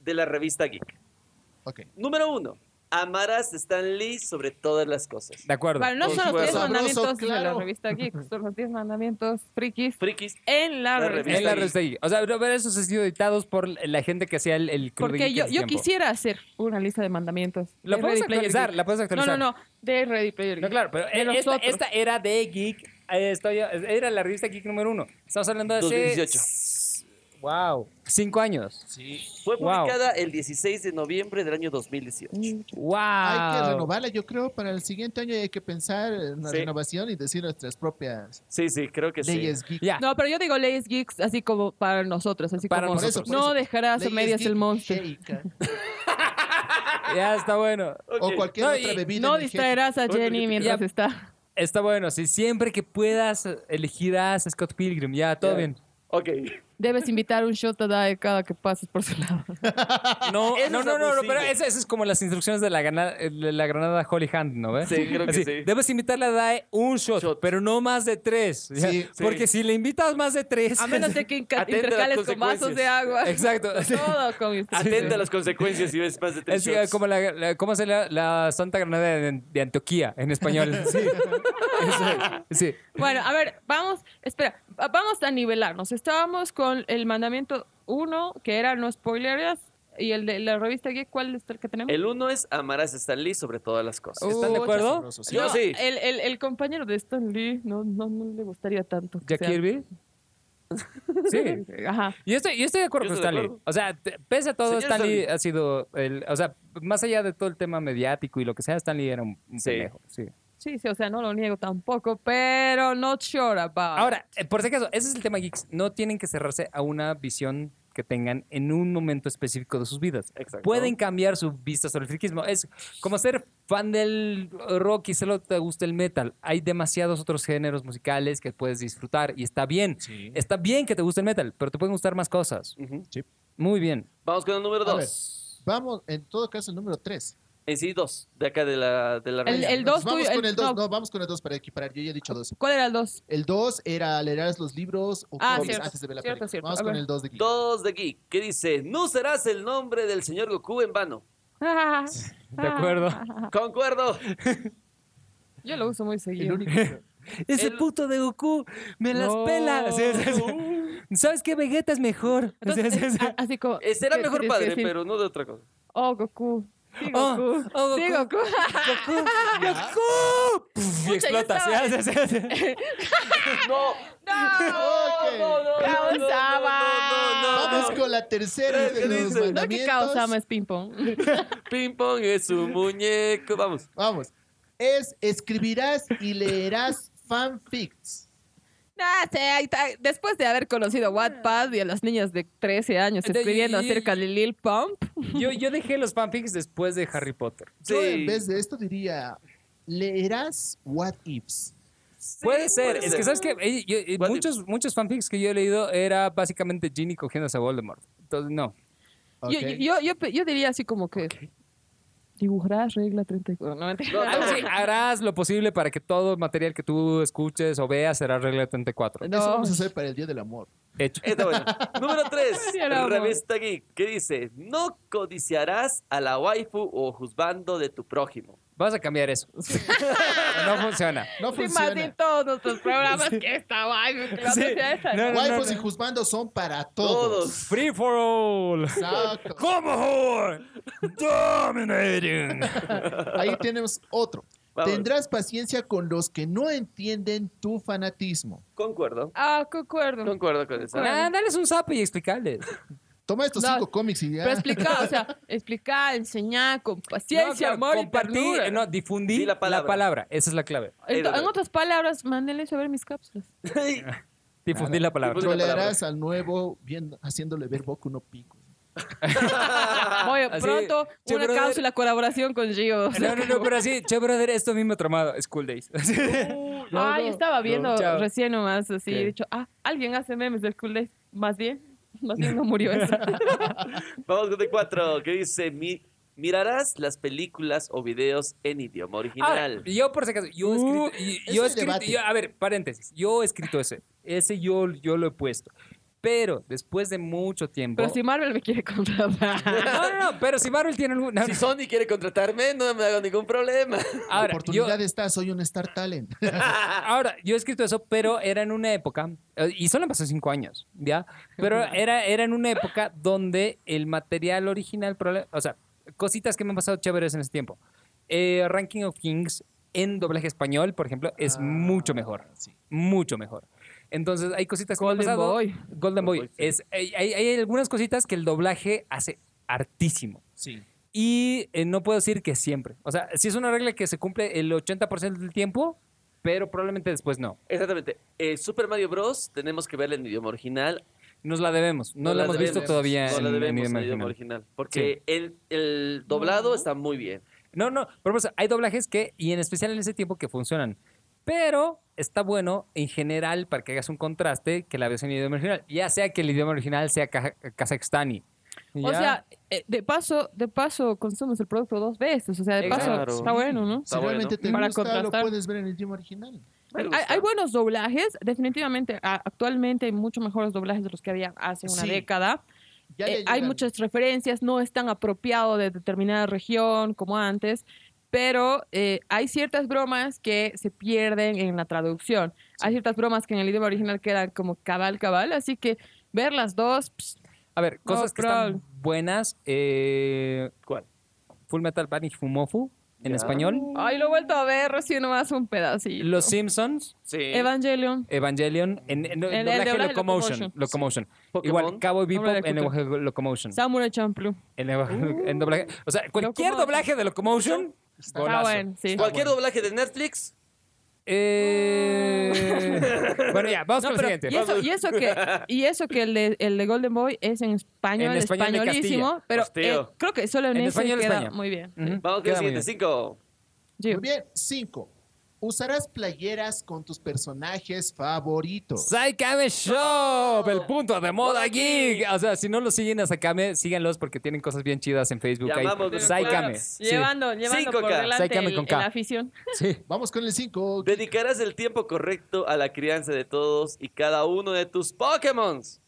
B: de la revista Geek.
E: Ok.
B: Número uno. Amarás a Stan Lee sobre todas las cosas.
C: De acuerdo.
D: Bueno, no
B: Por
D: son los 10
B: supuesto.
E: Sabroso,
D: mandamientos de la
E: claro.
D: revista Geek, son los 10 mandamientos frikis
B: Frikis.
D: en la,
B: La
D: revista.
C: En la
B: Geek.
C: revista Geek. O sea, pero esos han sido editados por la gente que hacía el, el club de
D: Porque
C: Geek
D: yo,
C: en su
D: yo
C: tiempo.
D: quisiera hacer una lista de mandamientos.
C: La
D: de
C: puedes
D: Ready Player
C: actualizar,
D: Geek.
C: la puedes actualizar.
D: No, no, no, de Ready Player
C: No,
D: Geek.
C: claro, pero
D: De
C: eh, esta,
D: nosotros.
C: esta era de Geek. eh, estoy- era la revista Geek número uno. Estamos hablando de hace-
B: 2018.
C: Wow. Cinco años.
B: Fue
C: Wow.
B: publicada el 16 de noviembre del año
D: Mm,
B: 2018.
C: Wow.
E: Hay que renovarla, yo creo, para el siguiente año hay que pensar en la
B: Sí.
E: renovación y decir nuestras propias
B: Sí, sí, creo que sí.
E: leyes geek.
C: Ya.
D: No, pero yo digo leyes geeks así como para nosotros, así
C: Ah. Para
D: como
C: nosotros.
E: Por eso, por
D: no
E: eso.
D: dejarás a
E: Leyes
D: medias
E: geek
D: el monstruo.
E: shake,
C: Ya está bueno.
B: *laughs* Ok.
E: O cualquier
C: No,
E: otra
C: y
E: bebida.
D: No
E: energética.
D: distraerás a Jenny mientras
C: Ya.
D: está.
C: Está bueno. Sí, siempre que puedas, eh, elegirás a Scott Pilgrim. Ya, todo
B: Ya.
C: bien.
B: Ok.
D: Debes invitar un shot a Dae cada que pases por su lado.
C: No,
B: *laughs* Eso
C: no, no,
B: es
C: no, no,
B: abusivo.
C: pero eso, eso es como las instrucciones de la, granada, de la granada Holy Hand, ¿no ves?
B: Sí, creo que
C: Así,
B: sí.
C: Debes invitarle a DAE un shot,
B: Shot.
C: pero no más de tres. ¿ya?
E: Sí, sí.
C: Porque si le invitas más de tres... *laughs*
D: A menos de que inca-
B: Atenta a las
D: intercales con vasos
B: consecuencias.
D: de agua.
C: Exacto.
D: Todo con instrucciones.
B: Atenta a las consecuencias si ves más de tres
C: *laughs* Es eh,
B: shots.
C: como la, la- ¿cómo se la, la Santa Granada de, de Antioquía en español.
B: *laughs*
C: Sí. Eso, sí.
D: Bueno, a ver, vamos, espera, va- vamos a nivelarnos. Estábamos con el mandamiento 1, que era no spoilerías, y el de la revista Geek, ¿cuál es el que tenemos?
B: El uno es amarás a Stan Lee sobre todas las
D: Uh,
B: cosas.
C: ¿Están de
E: Uy,
C: acuerdo?
E: sabroso, sí.
B: Yo
D: No,
B: sí.
D: El, el- el compañero de Stan Lee no, no, no le gustaría tanto. que
C: Jack
D: sea-
C: Kirby. Sí.
D: Ajá.
C: Yo estoy, yo estoy de acuerdo
B: Yo
C: con
B: estoy de
C: Stanley.
B: acuerdo.
C: O sea, te- pese a todo,
B: Señor
C: Stanley
B: Stan
C: ha sido el, o sea, más allá de todo el tema mediático y lo que sea, Stanley era un, un
B: Sí.
C: pendejo. Sí.
D: Sí, sí, o sea, no lo niego tampoco, pero not sure about.
B: Ah,
C: Ahora, eh, por si acaso, ese es el tema, geeks. No tienen que cerrarse a una visión que tengan en un momento específico de sus vidas.
B: Exacto.
C: Pueden cambiar su vista sobre el friquismo. Es como ser fan del rock y solo te gusta el metal. Hay demasiados otros géneros musicales que puedes disfrutar y está bien.
E: Sí.
C: Está bien que te guste el metal, pero te pueden gustar más cosas.
B: Ujú.
C: Muy bien.
B: Vamos con el número
E: A ver.
B: dos.
E: Vamos, en todo caso, el número 3.
B: En sí, dos. De acá de la, de la
D: El-
B: revista.
D: el dos
E: Vamos
D: tuyo,
E: con
D: el-
E: el 2.
D: no.
E: No. vamos con el 2 para equiparar. Yo ya he dicho 2.
D: ¿Cuál era el
E: *laughs*
D: 2?
E: El 2 era leerás los libros o
D: Ah,
E: cómics
D: cierto,
E: antes de ver la
D: cierto,
E: película.
D: cierto.
E: Vamos
D: A
E: con
D: ver.
E: el 2 de Geek.
B: Dos de Geek, que dice, no serás el nombre del señor Goku en vano.
D: Ah,
C: De acuerdo.
B: Concuerdo.
D: Yo lo uso muy
E: El
D: seguido.
E: único.
C: *laughs* Ese
B: El-
C: puto de Goku me las
D: No.
C: pela. O sea, es- *laughs* ¿Sabes qué? Vegeta es mejor. O sea, *laughs*
D: Entonces,
C: es- es-
D: a- así como.
B: Ese era
D: *laughs* ¿qué
B: Eh, mejor
D: tienes que
B: padre,
D: decir?
B: pero no de otra cosa.
D: Oh, Goku. Sí,
C: Oh,
D: Goku.
C: oh,
D: Sí,
C: Goku.
D: Goku.
C: *laughs*
D: *laughs*
C: Goku, Goku. Puf, y
D: Pucha, ya
C: explota. sí,
D: estaba.
C: sí, sí, sí.
B: ¡No!
E: Ok.
B: ¡No, no, no!
D: Caosama.
B: no, no, no,
E: Vamos
B: no, no.
E: con la tercera de
B: ¿Qué
E: los
B: dices?
D: No que
E: mandamientos.
D: causa más ping-pong.
B: Ping Pong es
E: *laughs*
B: un muñeco. Vamos.
E: Vamos. Es escribirás y leerás fanfics.
D: Nah, Ah, sí, ahí está. Después de haber conocido a Wattpad y a las niñas de 13 años
C: Entonces,
D: escribiendo
C: y- y-
D: acerca de Lil Pump,
C: *laughs* Yo, yo dejé los fanfics después de Harry Potter.
E: Yo
B: Sí.
E: en vez de esto diría, leerás what ifs.
B: Sí,
C: puede ser. Es que, ¿sabes qué? Eh, yo- eh,
B: What if?
C: muchos, muchos fanfics que yo he leído era básicamente Ginny cogiéndose a Voldemort. Entonces, no.
D: yo-
E: Ok.
D: yo, yo, yo, yo diría así como que dibujarás regla 34. No, mentira.
B: No, no,
C: *laughs* Sí, harás lo posible para que todo material que tú escuches o veas será regla 34.
E: Eso
D: No.
E: vamos a hacer para el Día del Amor.
C: Hecho.
B: Está bueno. Número
E: *laughs*
B: 3.
D: Sí, el amor.
B: Revista Geek. ¿Qué dice? No codiciarás a la waifu o juzbando de tu prójimo.
C: Vas a cambiar *laughs* eso. no funciona.
E: No
D: Sí, más en
E: funciona.
D: todos nuestros programas que está guay. que la
C: Sí.
D: otra sea esa,
C: No,
D: ¿no?
C: no,
E: Waifus y juzgando son para todos.
B: Todos.
C: Free for all.
E: Exacto.
C: Como hoy. Dominating.
B: *laughs*
E: Ahí tenemos otro.
B: Vamos.
E: Tendrás paciencia con los que no entienden tu fanatismo.
B: Concuerdo.
D: Ah, concuerdo.
B: Concuerdo con eso. *laughs*
D: Concuerdo.
C: Nah, dales un sapo y explicarles.
E: Toma estos
D: No,
E: cinco cómics y ya.
D: Pero explicar, o sea, explicar, enseñar con
C: No,
D: paciencia,
C: claro,
D: amor y
C: compartir,
D: ternura.
C: eh, no, difundí
B: Di
C: la
B: la
C: palabra.
B: palabra.
C: Esa es la clave.
D: En,
B: Ahí lo
D: en
B: veo.
D: otras palabras, mándenles a ver mis cápsulas.
C: Difundir la palabra.
B: Difundí-
E: Trolearás al nuevo viendo, haciéndole ver Boku no pico.
D: Oye,
C: Así,
D: pronto
C: che,
D: una
C: brother.
D: cápsula colaboración con Gio. O
C: No,
D: sea,
C: no, no, pero así, che, brother, esto a mí me ha tramado. School Days. Ah,
E: no,
D: ah,
E: no,
D: yo estaba viendo
C: chao.
D: recién nomás, así,
C: ¿Qué?
D: he dicho, ah, alguien hace memes del Cool Days. Más bien, más bien no murió eso.
B: Vamos con el 4. ¿Qué dice? Mi- mirarás las películas o videos en idioma original.
C: Ahora, yo por si acaso, yo he escrito, y- yo he
E: Uh, es el
C: escrito
E: debate.
C: yo- a ver, paréntesis, yo he escrito ese, ese yo, yo lo he puesto, pero después de mucho tiempo...
D: Pero si Marvel me quiere contratar.
E: *laughs*
C: No, no, no, pero si Marvel tiene algún... no,
B: Si
C: no.
B: Sony quiere contratarme, no me hago ningún problema.
C: Ahora, yo,
E: Oportunidad está, soy un Star Talent.
C: ahora, yo he escrito eso, pero era en una época, eh, y solo pasó cinco años, ¿ya? Pero era, era en una época donde el material original, proba- o sea, cositas que me han pasado chéveres en ese tiempo. Eh, Ranking of Kings en doblaje español, por ejemplo, es
E: Ah.
C: mucho mejor.
E: *laughs* Sí.
C: mucho mejor. Entonces, hay cositas que me han
D: Golden
C: pasado.
D: Boy.
C: Golden Boy. Es, hay, hay- hay algunas cositas que el doblaje hace hartísimo.
E: sí.
C: Y eh, no puedo decir que siempre. O sea, si es una regla que se cumple el 80% del tiempo, pero probablemente después no.
B: Exactamente. Eh, Super Mario Bros. tenemos que verla en idioma original.
C: Nos la debemos. No, la,
B: la
C: hemos visto
B: debemos,
C: todavía
B: No
C: en,
B: la
C: en
B: debemos en
C: idioma
B: idioma
C: original.
B: original. Porque el, el doblado está muy bien.
C: No, no. Pero pues, hay doblajes que, y en especial en ese tiempo, que funcionan. Pero está bueno en general para que hagas un contraste que la ves en idioma original. Ya sea que el idioma original sea kaja- kazajstani.
D: O
C: Ya.
D: sea, eh, de paso, de paso consumes el producto dos veces. O sea, de paso
B: Claro.
D: está bueno, ¿no?
E: Si
B: Está bueno.
E: realmente te
D: Para
E: gusta,
D: contrastar.
E: lo puedes ver en el idioma original.
B: Me
D: Hay,
B: gusta.
D: hay buenos doblajes, definitivamente. a- Actualmente hay mucho mejores doblajes de los que había hace una
E: Sí.
D: década.
E: Ya
D: Eh,
E: le
D: hay
E: llegan.
D: muchas referencias, no es tan apropiado de determinada región como antes, pero eh, hay ciertas bromas que se pierden en la traducción. Hay ciertas bromas que en el idioma original quedan como cabal, cabal, así que ver las dos, ps,
C: A ver,
D: No,
C: cosas que
D: pero-
C: están buenas. Eh,
B: ¿Cuál?
C: Full Metal Panic Fumofu en
B: Ya.
C: español.
D: ay, lo he vuelto a ver recién nomás un pedacito.
C: Los Simpsons,
B: Sí.
D: Evangelion.
C: Evangelion, en, en-
D: El- el
C: doblaje
D: doblaje
C: Locomotion.
D: Locomotion.
C: Locomotion.
B: Pokémon.
C: Igual, Cowboy
D: Hombre de
C: Bebop en
D: Cultura.
C: lenguaje Locomotion.
D: Samurai Champloo.
C: En, lenguaje- en doblaje. O sea, cualquier
D: Uh. Locomotion.
C: doblaje de Locomotion,
D: Está
C: golazo.
D: Ah, bueno, sí.
B: Cualquier doblaje de Netflix.
C: Eh, bueno, ya, vamos
D: No,
C: con el
D: pero-
C: siguiente.
D: y, eso, y eso que, y eso que el, de, el de Golden Boy es en español,
C: En español de
D: españolísimo,
C: Castilla.
D: pero
B: Hostío.
D: eh, creo que solo en,
C: En
D: ese
C: español de
D: queda
C: España.
D: muy bien.
C: Ujú,
B: Vamos con el
C: queda muy
B: siguiente.
C: bien.
B: 5.
D: Gio.
E: Muy bien. Cinco. Usarás playeras con tus personajes favoritos.
C: Saikame Shop, el punto de moda geek. O sea, si no los siguen a Saikame, síganlos porque tienen cosas bien chidas en Facebook. ahí.
B: Llamamos los
C: Saikame.
B: fans.
C: Sí.
D: Llevando, llevando
B: 5K.
D: por delante
C: Sácame
D: el,
C: con K.
D: la afición.
C: Sí.
E: Vamos con el cinco.
B: Dedicarás el tiempo correcto a la crianza de todos y cada uno de tus Pokémons.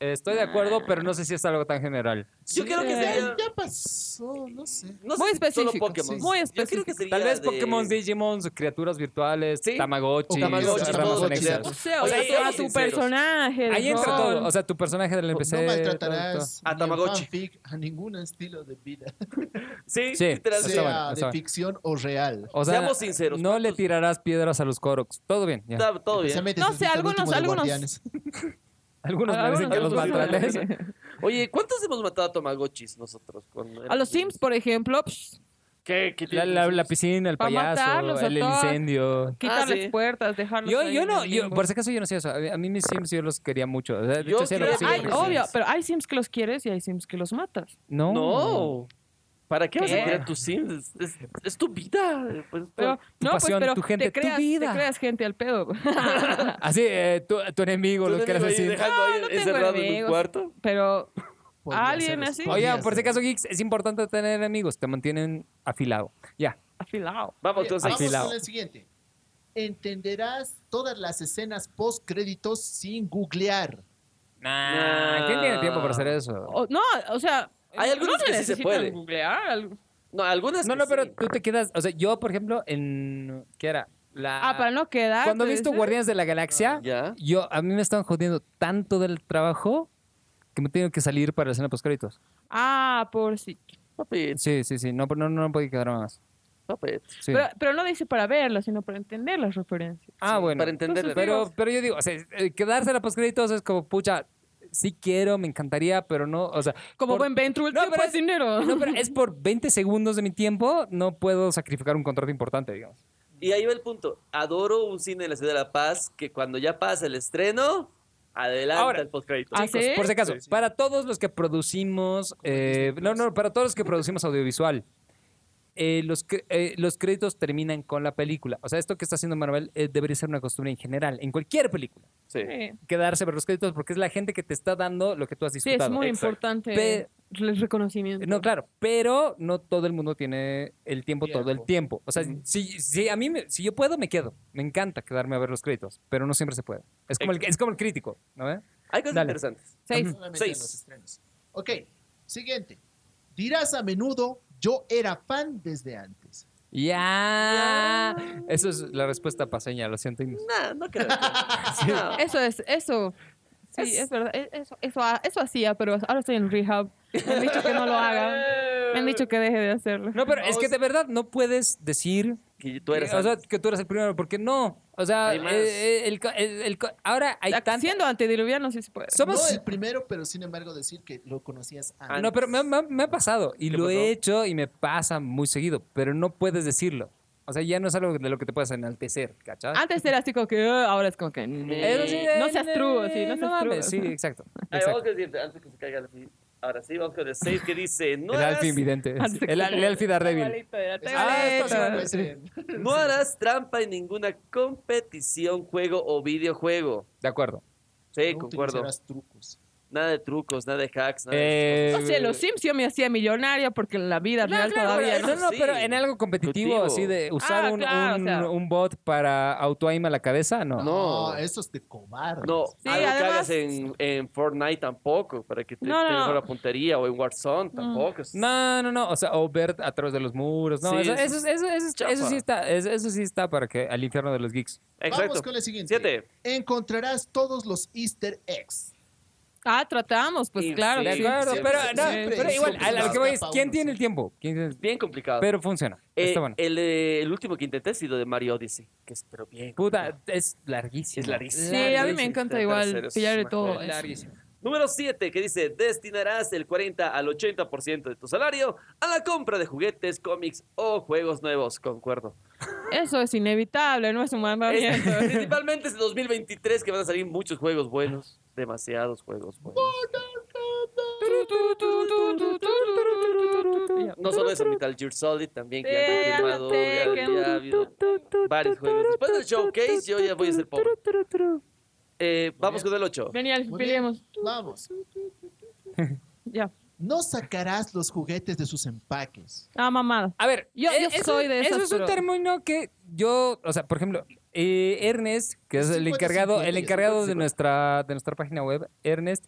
C: Estoy de
D: Ah.
C: acuerdo, pero no sé si es algo tan general.
B: Yo creo que
D: Eh,
B: sería.
E: Ya pasó, no sé.
B: No sé si
D: Muy
B: solo
D: específico,
B: Pokémon.
E: sí.
D: Muy
B: Yo creo que
D: específico.
B: sería
C: Tal vez
B: de-
C: Pokémon, Digimon, criaturas virtuales,
B: Sí.
C: Tamagotchis,
E: O Tamagotchis,
C: ramas
E: todo,
C: anexas.
E: claro.
D: O
B: Oye,
D: sea, o sea,
B: ahí
D: a
B: somos
D: tu
B: sinceros.
D: personaje.
C: Ahí entra
D: ¿no?
C: todo. O sea, tu personaje del NPC.
E: No
C: todo,
E: maltratarás
B: A
E: ni en
B: Tamagotchi.
E: fanfic, a ningún estilo de vida,
B: Sí,
C: Sí,
B: literalmente.
C: está
E: sea
C: bueno, está
E: de
C: bueno.
E: ficción o real.
C: todo. O sea,
B: Seamos sinceros,
C: No le
B: ¿cuántos-
C: tirarás piedras a los Koroks. Todo bien. ya.
B: Está todo bien.
E: Especialmente
D: No
E: si
D: sé,
E: es el
D: algunos-
E: último de
D: algunos-
E: Guardianes.
C: Algunos me
B: Ah,
C: dicen que los
B: algunos-
C: maltrates.
B: Oye, ¿cuántos hemos matado a Tamagotchis nosotros? cuando
D: *laughs* A los
B: éramos niños?
D: Sims, por ejemplo, pues, psh,
B: ¿Qué? ¿Qué
C: La,
B: tienen
C: la-
B: los
C: la
B: Sims?
C: piscina, el
D: Pa'
C: payaso,
D: matarlos a
C: el, el
D: todos.
C: incendio.
D: quitarles
B: Ah, sí.
D: puertas, dejarlos.
C: Yo,
D: ahí
C: yo
D: en
C: no,
D: el
C: yo,
D: limbo.
C: por si acaso yo no sé eso. A, a mí mis Sims yo los quería mucho. O sea, de
B: Yo
C: hecho, sí, era
B: creo-
C: lo que siempre
B: Ay,
D: Hay,
B: Sims.
C: quise.
D: obvio, pero hay Sims que los quieres y hay Sims que los matas.
C: No.
B: No. ¿Para qué, vas a
D: ¿Qué?
B: tirar tus Sims? Es, es- es tu vida. pues,
D: Pero,
C: Tu
D: no,
C: pasión,
D: pues, pero
C: tu gente,
D: te
C: tu
D: creas,
C: vida.
D: Te creas gente al pedo. *laughs*
C: Así, eh, tu, tu enemigo,
B: tú
C: los
B: lo
C: que eres
B: ahí
C: así.
B: dejando ahí
D: no tengo
B: encerrado en un
D: enemigos.
B: cuarto.
D: pero
E: Podría
D: Alguien
E: ser,
D: así.
E: podría
C: Oye, por si
E: ser.
C: acaso, geeks, es importante tener amigos. Te mantienen afilado. Ya.
D: afilado.
B: Vamos,
E: Oye,
B: entonces.
E: Vamos
C: afilado.
E: con el siguiente. Entenderás todas las escenas post créditos sin googlear.
B: Nah.
C: ¿Quién tiene tiempo para hacer
B: Oh,
C: eso?
D: O- no, o sea,
B: Hay algunos
D: no
B: que
D: se
B: sí se
D: necesitan
B: puede.
D: googlear al-
B: No, algunas.
C: No,
B: que
C: no, pero
B: sí.
C: tú te quedas. O sea, yo, por ejemplo, en. ¿Qué era? La,
D: Ah, para no quedar.
C: Cuando he
D: puede
C: visto
D: ser.
C: Guardianes de la Galaxia,
B: Ya.
C: yo, a mí me estaban jodiendo tanto del trabajo que me tengo que salir para la escena postcréditos.
D: Ah, por sí.
B: Papito,
C: Sí, sí, sí. No, pero no, no, no podía quedar más.
B: papito.
C: Sí.
D: Pero, pero no dice para verlas, sino para entender las referencias.
C: ah, bueno.
B: para entender.
C: pero, pero yo digo, o sea, eh, quedarse a la postcréditos es como, pucha, sí quiero, me encantaría, pero no, o sea...
D: Como
C: por-
D: buen Ventru, el
C: No,
D: tiempo
C: pero
D: es dinero.
C: *laughs* No, pero es por 20 segundos de mi tiempo, no puedo sacrificar un contrato importante, digamos.
B: Y ahí va el punto. Adoro un cine en la ciudad de La Paz que cuando ya pasa el estreno, adelanta
C: Ahora.
B: el postcrédito.
D: Ah,
C: Chicos,
D: sí?
C: por si acaso, para todos los que producimos, eh, no, no, para todos los que producimos audiovisual, eh, los, cr- eh, los créditos terminan con la película. O sea, esto que está haciendo Marvel eh, debería ser una costumbre en general, en cualquier película.
B: Sí.
D: Sí.
C: Quedarse ver los créditos porque es la gente que te está dando lo que tú has
D: Sí, es
C: disfrutado.
D: muy
B: Exacto.
D: importante
C: Pe-
D: el reconocimiento.
C: No, claro, pero no todo el mundo tiene el tiempo, todo el
E: Tiempo.
C: tiempo. O sea, si, si a mí, me- si yo puedo, me quedo. Me encanta quedarme a ver los créditos, pero no siempre se puede. Es como el, es como el crítico, ¿no? ve?
B: Hay cosas
C: Dale.
B: interesantes.
D: Seis.
E: Solamente
B: Seis.
E: en los estrenos. Ok, siguiente. Dirás a menudo, yo era fan desde antes.
C: Ya. Eso es la respuesta paseña, lo siento. Inés.
B: Nah, no creo.
D: *laughs*
B: que- No.
D: Eso es, eso. Sí, es, verdad. e- Eso, eso, ha- eso hacía, pero ahora estoy en rehab. Me han dicho que no lo haga. Me han dicho que deje de hacerlo.
C: No, pero es que de verdad no puedes decir
B: Que tú eres.
C: que, o sea,
B: antes.
C: que tú eres el primero, porque no. O sea,
B: Hay más.
C: eh, eh, el co- el- el co- ahora hay
D: Ac-
C: tanto.
D: Siendo antediluviano sí se puede.
C: Somos. Ah,
E: No el primero, pero sin embargo decir que lo conocías antes.
C: No, pero me, me- me ha pasado y
B: ¿Qué
C: lo
B: pasó?
C: he hecho y me pasa muy seguido, pero no puedes decirlo. O sea, ya no es algo de lo que te puedes enaltecer, ¿cachai?
D: Antes era así como que, "Ah", ahora es como que,
B: Eso sí,
D: no seas true, así, no seas true.
C: eh, mames, Sí, exacto.
B: Ahí
C: exacto.
B: vamos con el siguiente, antes que se caiga el así. Ahora sí, vamos con el 6 que dice: No
C: El
B: harás, *laughs*
C: Alfie Vidente.
D: Antes que-
C: El, el Alfie Daredevil.
D: Igualito era,
E: Eso
C: Ah, esto sí me
D: igualito.
E: puede ser.
B: no harás trampa en ninguna competición, juego o videojuego.
C: De acuerdo.
B: Sí,
E: No
B: concuerdo.
E: utilizarás trucos.
B: Nada de trucos, nada de hacks, nada de.
C: Eh,
D: O sea, los Sims yo me hacía millonaria porque en la vida
C: No,
D: real
C: claro,
D: todavía
C: pero-
B: eso
D: no.
C: no, no,
B: sí.
C: pero en algo competitivo,
B: Competitivo.
C: así de usar
D: Ah,
C: un,
D: claro, o
C: un-
D: sea.
C: un bot para autoaim a la cabeza, no.
B: No.
E: eso es de cobardes.
B: No,
D: Sí,
B: algo que
D: además-
B: hagas en, en Fortnite tampoco, para que te,
D: No,
B: te
D: no.
B: mejore la puntería, o en Warzone tampoco.
C: No, no, no, o sea, o ver a través de los muros, no,
B: Sí,
C: eso,
B: eso
C: eso,
B: es
C: eso- eso-
B: chafa.
C: eso sí está, eso, eso sí está para que al infierno de los geeks.
B: Exacto.
E: Vamos con el siguiente.
B: Siete.
E: Encontrarás todos los easter eggs.
D: Ah, tratamos, pues
B: Sí,
D: claro.
B: sí,
C: De
D: sí.
C: acuerdo,
E: siempre,
C: pero, no,
E: siempre,
C: pero igual,
E: siempre
C: a lo que voy es,
E: escapa
C: ¿quién
E: uno,
C: tiene el
E: sí.
C: tiempo? ¿Quién tiene-
B: Bien complicado.
C: Pero funciona,
B: Eh,
C: está bueno.
B: el, eh, el último que intenté ha sido de Mario Odyssey, que es pero bien.
C: Puta, es larguísimo.
B: Es larguísimo.
D: Sí, a mí
B: Larguísimo.
D: me
B: Intentar
D: encanta igual
B: hacer
D: pillar de
B: esos
D: todo.
B: mejores. Número 7, que dice, destinarás el 40 al 80% de tu salario a la compra de juguetes, cómics o juegos nuevos. Concuerdo.
D: Eso es inevitable, no es un
B: Es-
D: mandamiento.
C: *laughs*
D: *laughs*
B: principalmente es 2023 que van a salir muchos juegos buenos. Demasiados juegos buenos. No solo eso, Metal Gear Solid también, que ya
D: Sí,
B: han confirmado,
D: ya lo
B: ya-
D: sé,
B: ya ha habido varios juegos. Después del showcase, yo ya voy a ser pobre. Eh, vamos con el 8.
D: Vení, Alf,
E: Muy bien,
D: peleemos.
E: Vamos.
D: Ya.
E: No sacarás los juguetes de sus empaques.
D: Ah, mamada.
C: A ver,
D: Yo-
C: eh,
D: yo
C: eso-
D: soy de
C: Eso
D: esas,
C: es un
D: pero-
C: término que yo, o sea, por ejemplo, eh, Ernest, que es el
E: 50,
C: encargado, el
E: 50,
C: encargado de
E: 50.
C: nuestra, de nuestra página web, Ernest,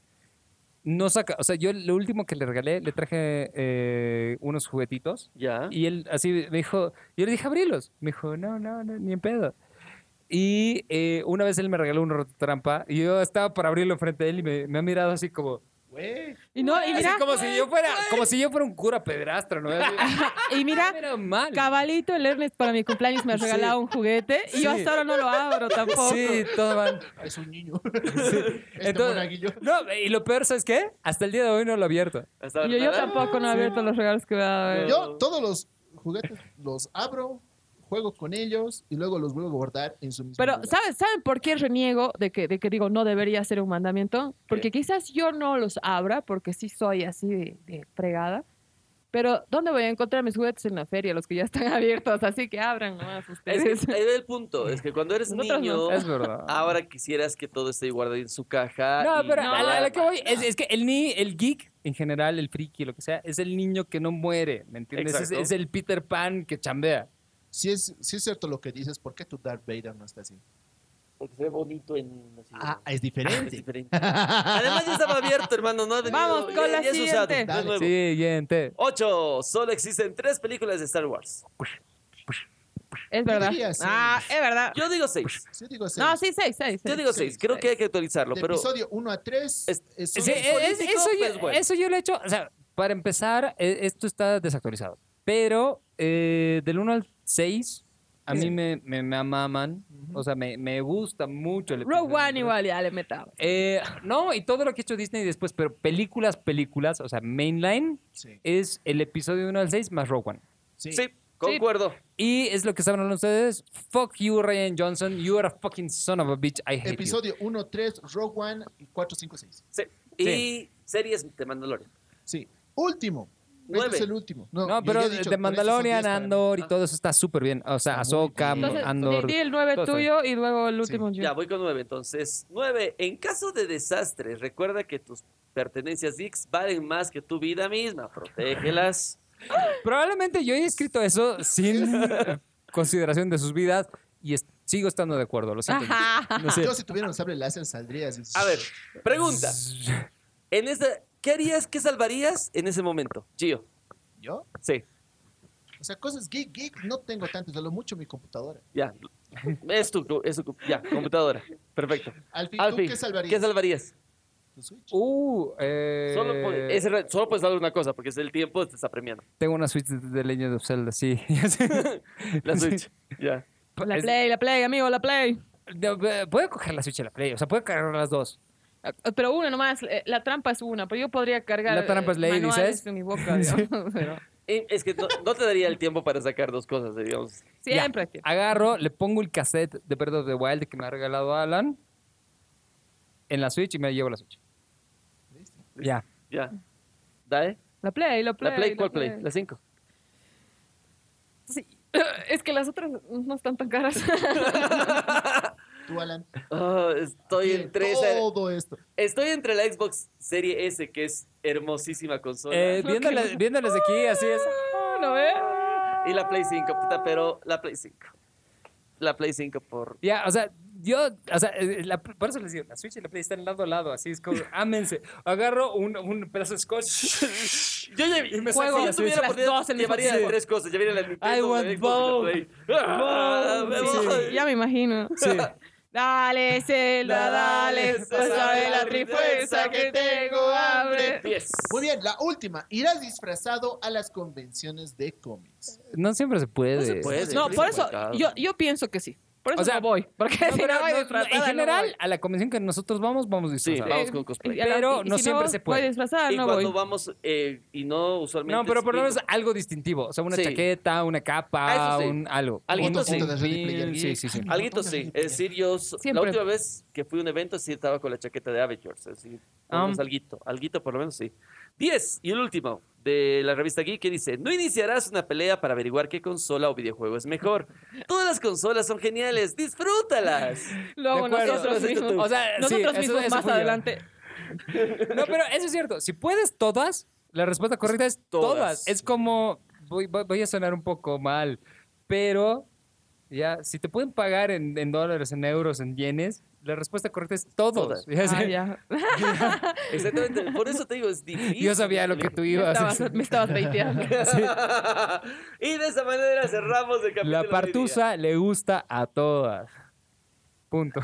C: no saca. O sea, yo lo último que le regalé, le traje eh, unos juguetitos.
B: Ya.
C: Y él así me dijo, yo le dije, abrilos. Me dijo, no, no, no, ni en pedo. Y eh, una vez él me regaló un rototrampa y yo estaba para abrirlo frente a él y me, me ha mirado así como,
F: Güey,
D: Y no, y
C: así
D: mira,
C: como si yo fuera, como si yo fuera un cura pedrastro,
D: *laughs*
C: ¿no? Así,
D: y mira,
C: era mal.
D: cabalito el Ernest para mi cumpleaños me ha
C: Sí.
D: regalado un juguete y yo
C: Sí.
D: hasta ahora no lo abro tampoco.
C: Sí, todo mal.
E: Es un niño. Este
C: Entonces,
E: monaguillo.
C: no, y lo peor, ¿sabes qué? Hasta el día de hoy no lo he abierto.
B: Hasta
D: Yo, yo
B: ahora-
D: tampoco no he abierto los regalos que me ha dado. él.
E: Yo todos los juguetes los abro, juego con ellos y luego los vuelvo a guardar en su mismo
D: Pero,
E: lugar.
D: ¿saben, ¿saben por qué reniego de que, de que digo no debería ser un mandamiento? Porque quizás yo no los abra, porque sí soy así de, de fregada. Pero, ¿dónde voy a encontrar mis juguetes en la feria? Los que ya están *laughs* abiertos, así que abran nomás
B: Es
D: ustedes.
B: que, ahí va el punto. Es que cuando eres
D: Nosotros no.
B: niño,
C: Es verdad.
B: ahora quisieras que todo esté guardado en su caja.
C: No,
B: y
C: pero a, la, a la
B: guardar.
C: que voy es, es que el, ni, el geek, en general, el friki, lo que sea, es el niño que no muere, ¿me entiendes? Es,
B: Exacto.
C: es el Peter Pan que chambea.
E: Si es, si es cierto lo que dices, ¿por qué tu Darth Vader no está así?
B: Porque se ve bonito en. así,
E: Ah, es
B: es
E: diferente.
B: diferente. Además ya estaba abierto, hermano. No ha venido.
D: Vamos,
B: Ya-
D: con la
B: ya es
D: siguiente.
B: usado, no es
E: Dale.
B: nuevo.
C: Siguiente.
B: Ocho. Solo existen tres películas de Star Wars.
D: Es verdad.
E: diría seis.
D: Ah, es verdad.
B: Yo digo seis.
E: Yo digo seis.
D: No, sí, seis, seis.
B: Yo digo seis. Creo que hay que actualizarlo,
E: De
B: pero.
E: episodio 1 a 3
B: Es-
E: es,
C: Sí,
E: un-
C: eh, es-
B: político,
C: eso,
B: pues,
C: yo,
B: bueno.
C: eso yo lo he hecho. O sea, para empezar, eh, esto está desactualizado. Pero eh, del 1 al 6, a mí me, me, me amaman. O sea, me, me gusta mucho el
D: Rogue
C: episodio
D: One igual ya le metaba.
C: Eh, no, y todo lo que ha hecho Disney después, pero películas, películas, o sea, mainline
E: Sí,
C: es el episodio 1 al 6 más Rogue One.
E: sí.
B: Sí, concuerdo.
C: Y es lo que estaban hablando ustedes. Fuck you, Ryan Johnson. You are a fucking son of a bitch. I hate
E: Episodio 1 a 3, Rogue One y 4, 5, 6.
B: Sí. Y series de Mandalorian.
E: Sí. Último.
B: Nueve.
E: Este es el último.
C: you.
E: No,
C: No,
E: yo
C: pero
E: ya he
C: de
E: dicho,
C: de
E: con estos son diez
C: Mandalorian,
E: para mí.
C: Andor y todo eso está súper bien. O sea,
E: Ah. Está muy
C: Ahsoka,
E: bien.
D: Entonces,
C: Andor.
D: di, di el nueve
C: todo está
D: tuyo y luego el último yo.
B: Ya, voy con nueve. Entonces, nueve. En caso de desastre, recuerda que tus pertenencias geeks valen más que tu vida misma. Protégelas.
C: Probablemente yo he escrito eso sin *laughs* consideración de sus vidas y es- sigo estando de acuerdo. Lo siento. No sé.
E: Yo si tuviera un sable láser saldría así.
B: Ah. A ver, pregunta. En esta, ¿Qué harías, qué salvarías en ese momento, Gio?
E: ¿Yo?
B: Sí,
E: O sea, cosas geek, geek, no tengo tantas, a lo mucho mi computadora.
B: ya. Es tu, co- es tu co- ya, computadora. Perfecto.
E: Alfie,
B: Alfie,
E: ¿tú qué salvarías?
B: ¿Qué salvarías?
E: ¿Tu Switch?
C: Uh, eh,
B: Solo, pu- ese re- solo puedes salvar una cosa, porque es el tiempo te está premiando.
C: Tengo una Switch de, de Legend of Zelda, sí. *laughs* Ya sé.
B: *laughs* La Switch. Ya.
D: La
C: Es-
D: play, la play, amigo, la play.
C: No, eh, Puedo coger la Switch y la Play, o sea, puedo cargar las dos.
D: Ah, Pero una nomás, eh, la trampa es una, pero yo podría cargar
C: La trampa es
D: eh,
C: ley,
D: manuales
C: dices.
D: en *laughs* mi boca, digamos, pero
B: Y es que no, no te daría el tiempo para sacar dos cosas, digamos.
C: Ya.
D: siempre. que-
C: Agarro, le pongo el cassette de Breath of the Wild que me ha regalado Alan en la Switch y me llevo la Switch. Ya.
B: Ya. ¿Dale?
D: La play, la play.
B: ¿La Play? ¿Cuál Play? La *laughs* 5.
D: Sí. *laughs* Es que las otras no están tan caras. *laughs*
E: Tú, Alan.
B: Ah, estoy
E: Bien, Oh.
B: entre esa-
C: eh.
E: Todo esto.
B: estoy entre la Xbox Serie S, que es hermosísima consola,
C: Eh, viéndola- viéndolas de aquí, así
B: *laughs*
C: es.
D: ¿No ves?
B: y la Play 5, puta, pero la Play 5. La Play 5 por...
C: Ya, o sea, yo, o sea, eh, la- por eso les digo, la Switch y la Play están lado a lado, así es
B: *laughs*
C: como, ámense. Agarro un, un pedazo de scotch.
B: Yo ya y me
C: Juego
B: si yo
C: las
B: tuviera
C: dos
B: oportunidad,
C: al mismo
B: llevaría
C: tiempo.
B: tres cosas. Llevaría la Nintendo,
C: I
B: la
C: want
B: Xbox y
C: both.
B: la Play. Ah, me
C: Sí.
B: voy.
D: Ya me imagino.
C: Sí.
D: Dale, Zelda, dale, pues sabe la trifuerza que tengo hambre.
B: Yes.
E: Muy bien, la última. Irás disfrazado a las convenciones de cómics.
C: No siempre se puede.
B: puede.
D: No, por eso
B: Complicado.
D: yo, yo pienso que sí. Por eso
C: O sea,
D: no voy. Porque
C: No,
D: *laughs* si
C: pero
D: no voy
C: no, no,
D: disfrazada,
C: en
D: no
C: general,
D: voy.
C: a la convención que nosotros vamos, vamos
B: Sí,
C: disfrazados.
B: vamos con cosplay.
D: Y a la-
C: Pero
D: y- y
C: no
D: si
C: siempre se puede.
D: Voy disfrazada,
B: Y
D: no
B: cuando
D: voy.
B: vamos, eh, y no usualmente...
C: No, pero por lo
B: es
C: menos algo distintivo. O sea, una
B: Sí.
C: chaqueta, una capa,
B: Ah, eso sí.
C: un algo.
B: Alguito
C: Un
B: sí.
C: pin, Sí,
E: Sí,
C: sí, sí.
E: sí.
B: Alguito sí. Es decir, yo so- la
D: Siempre.
B: última vez que fui a un evento sí estaba con la chaqueta de Avengers. Es decir,
C: Ah.
B: unos alguito, alguito por lo menos sí. 10 y el último de la revista Geek que dice, no iniciarás una pelea para averiguar qué consola o videojuego es mejor. Todas las consolas son geniales,
C: *laughs*
B: disfrútalas.
D: Luego
C: De acuerdo.
D: nosotros
B: Eso lo has hecho
D: mismos.
B: tú.
C: O sea, sí,
D: nosotros
C: eso-
D: mismos
C: eso
D: más
C: fui yo. *laughs*
D: adelante.
C: No, pero eso es cierto. Si puedes todas, la respuesta correcta es
B: Todas.
C: todas. Es como, voy, voy- voy a sonar un poco mal, pero Ya, si te pueden pagar en, en dólares, en euros, en yenes, la respuesta correcta es todos.
B: Todas.
C: Ya
D: Ah,
C: sé. *laughs*
D: ya.
B: Exactamente. Por eso te digo, es difícil.
C: Yo sabía lo que tú
D: Me
C: ibas a
D: estabas,
C: hacer.
D: me estabas
C: *laughs*
D: baiteando.
B: *laughs* y de esa manera cerramos el capítulo.
C: La
B: de hoy día.
C: partusa le gusta a todas. Punto.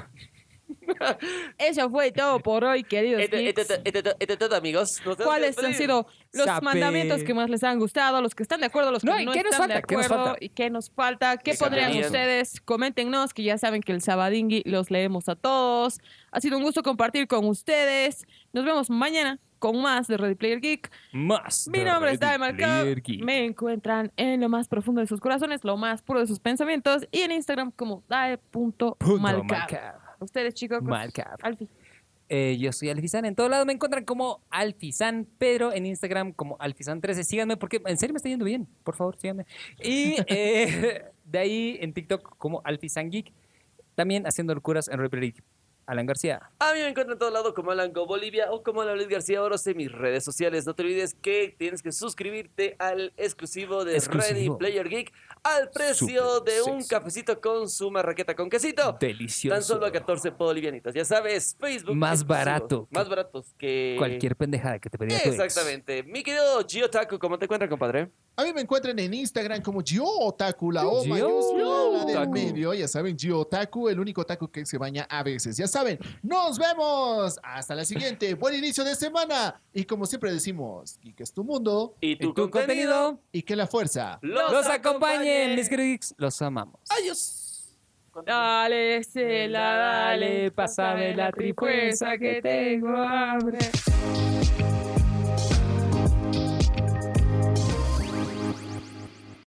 D: Eso fue todo por hoy, queridos
B: Este-
D: geeks.
B: este- este- este- este- este todo, amigos. Nos tenemos
D: ¿Cuáles
B: que
D: han
B: despedir.
D: sido los
C: Sape.
D: mandamientos que más les han gustado, los que están de acuerdo, los que
C: No,
D: no,
C: ¿y qué nos
D: están de
C: falta? ¿Qué nos
D: acuerdo
C: falta?
D: y qué nos falta? ¿Qué
B: Que
D: podrían
B: cambiarían.
D: ustedes? Coméntenos, que ya saben que el Sabadingui los leemos a todos. Ha sido un gusto compartir con ustedes. Nos vemos mañana con más de Ready Player Geek.
C: Más.
D: Mi
C: de
D: nombre es Dai
C: Ready
D: Marcado.
C: Player Geek.
D: Me encuentran en lo más profundo de sus corazones, lo más puro de sus pensamientos y en Instagram como
C: Punto
D: dae.malcado.
C: Marcado.
D: Ustedes, chicos,
C: Malcado.
D: al fin.
C: Eh, yo soy Alfizan. En todo lado me encuentran como Alfizan, pero en Instagram como Alfizan13. Síganme porque en serio me está yendo bien. Por favor, síganme. *laughs* Y eh, de ahí en TikTok como Alfizan Geek. También haciendo locuras en Reaper Geek. Alan García.
B: A mí me encuentran en todo lado como Alan Go Bolivia o como Alan Luis García Oros en mis redes sociales. No te olvides que tienes que suscribirte al exclusivo de
C: Exclusivo.
B: Ready Player Geek al precio
C: Súper
B: de un
C: sexy.
B: cafecito con su marraqueta con quesito.
C: Delicioso.
B: Tan solo a 14 bolivianitas. Ya sabes, Facebook.
C: Más
B: exclusivos,
C: barato que
B: Más baratos que.
C: Cualquier pendejada que te pedía tu ex.
B: Exactamente. Mi querido Gio Taco, ¿cómo te encuentras, compadre?
E: A mí me encuentran en Instagram como Gio Otaku, la O
C: Gio
E: mayúscula, la del
C: Otaku.
E: medio. Ya saben, Gio Otaku, el único otaku que se baña a veces. Ya saben, nos vemos. Hasta la siguiente. Buen inicio de semana. Y como siempre decimos, y que es tu mundo
B: Y tu,
C: Y tu contenido
E: y que la fuerza.
B: los,
C: los acompañen, mis queridos geeks. Los amamos.
B: Adiós.
D: Dale, Cela,
C: Dale,
D: dale,
C: pásame
D: pásame la
C: la
D: tripuesa que tengo hambre.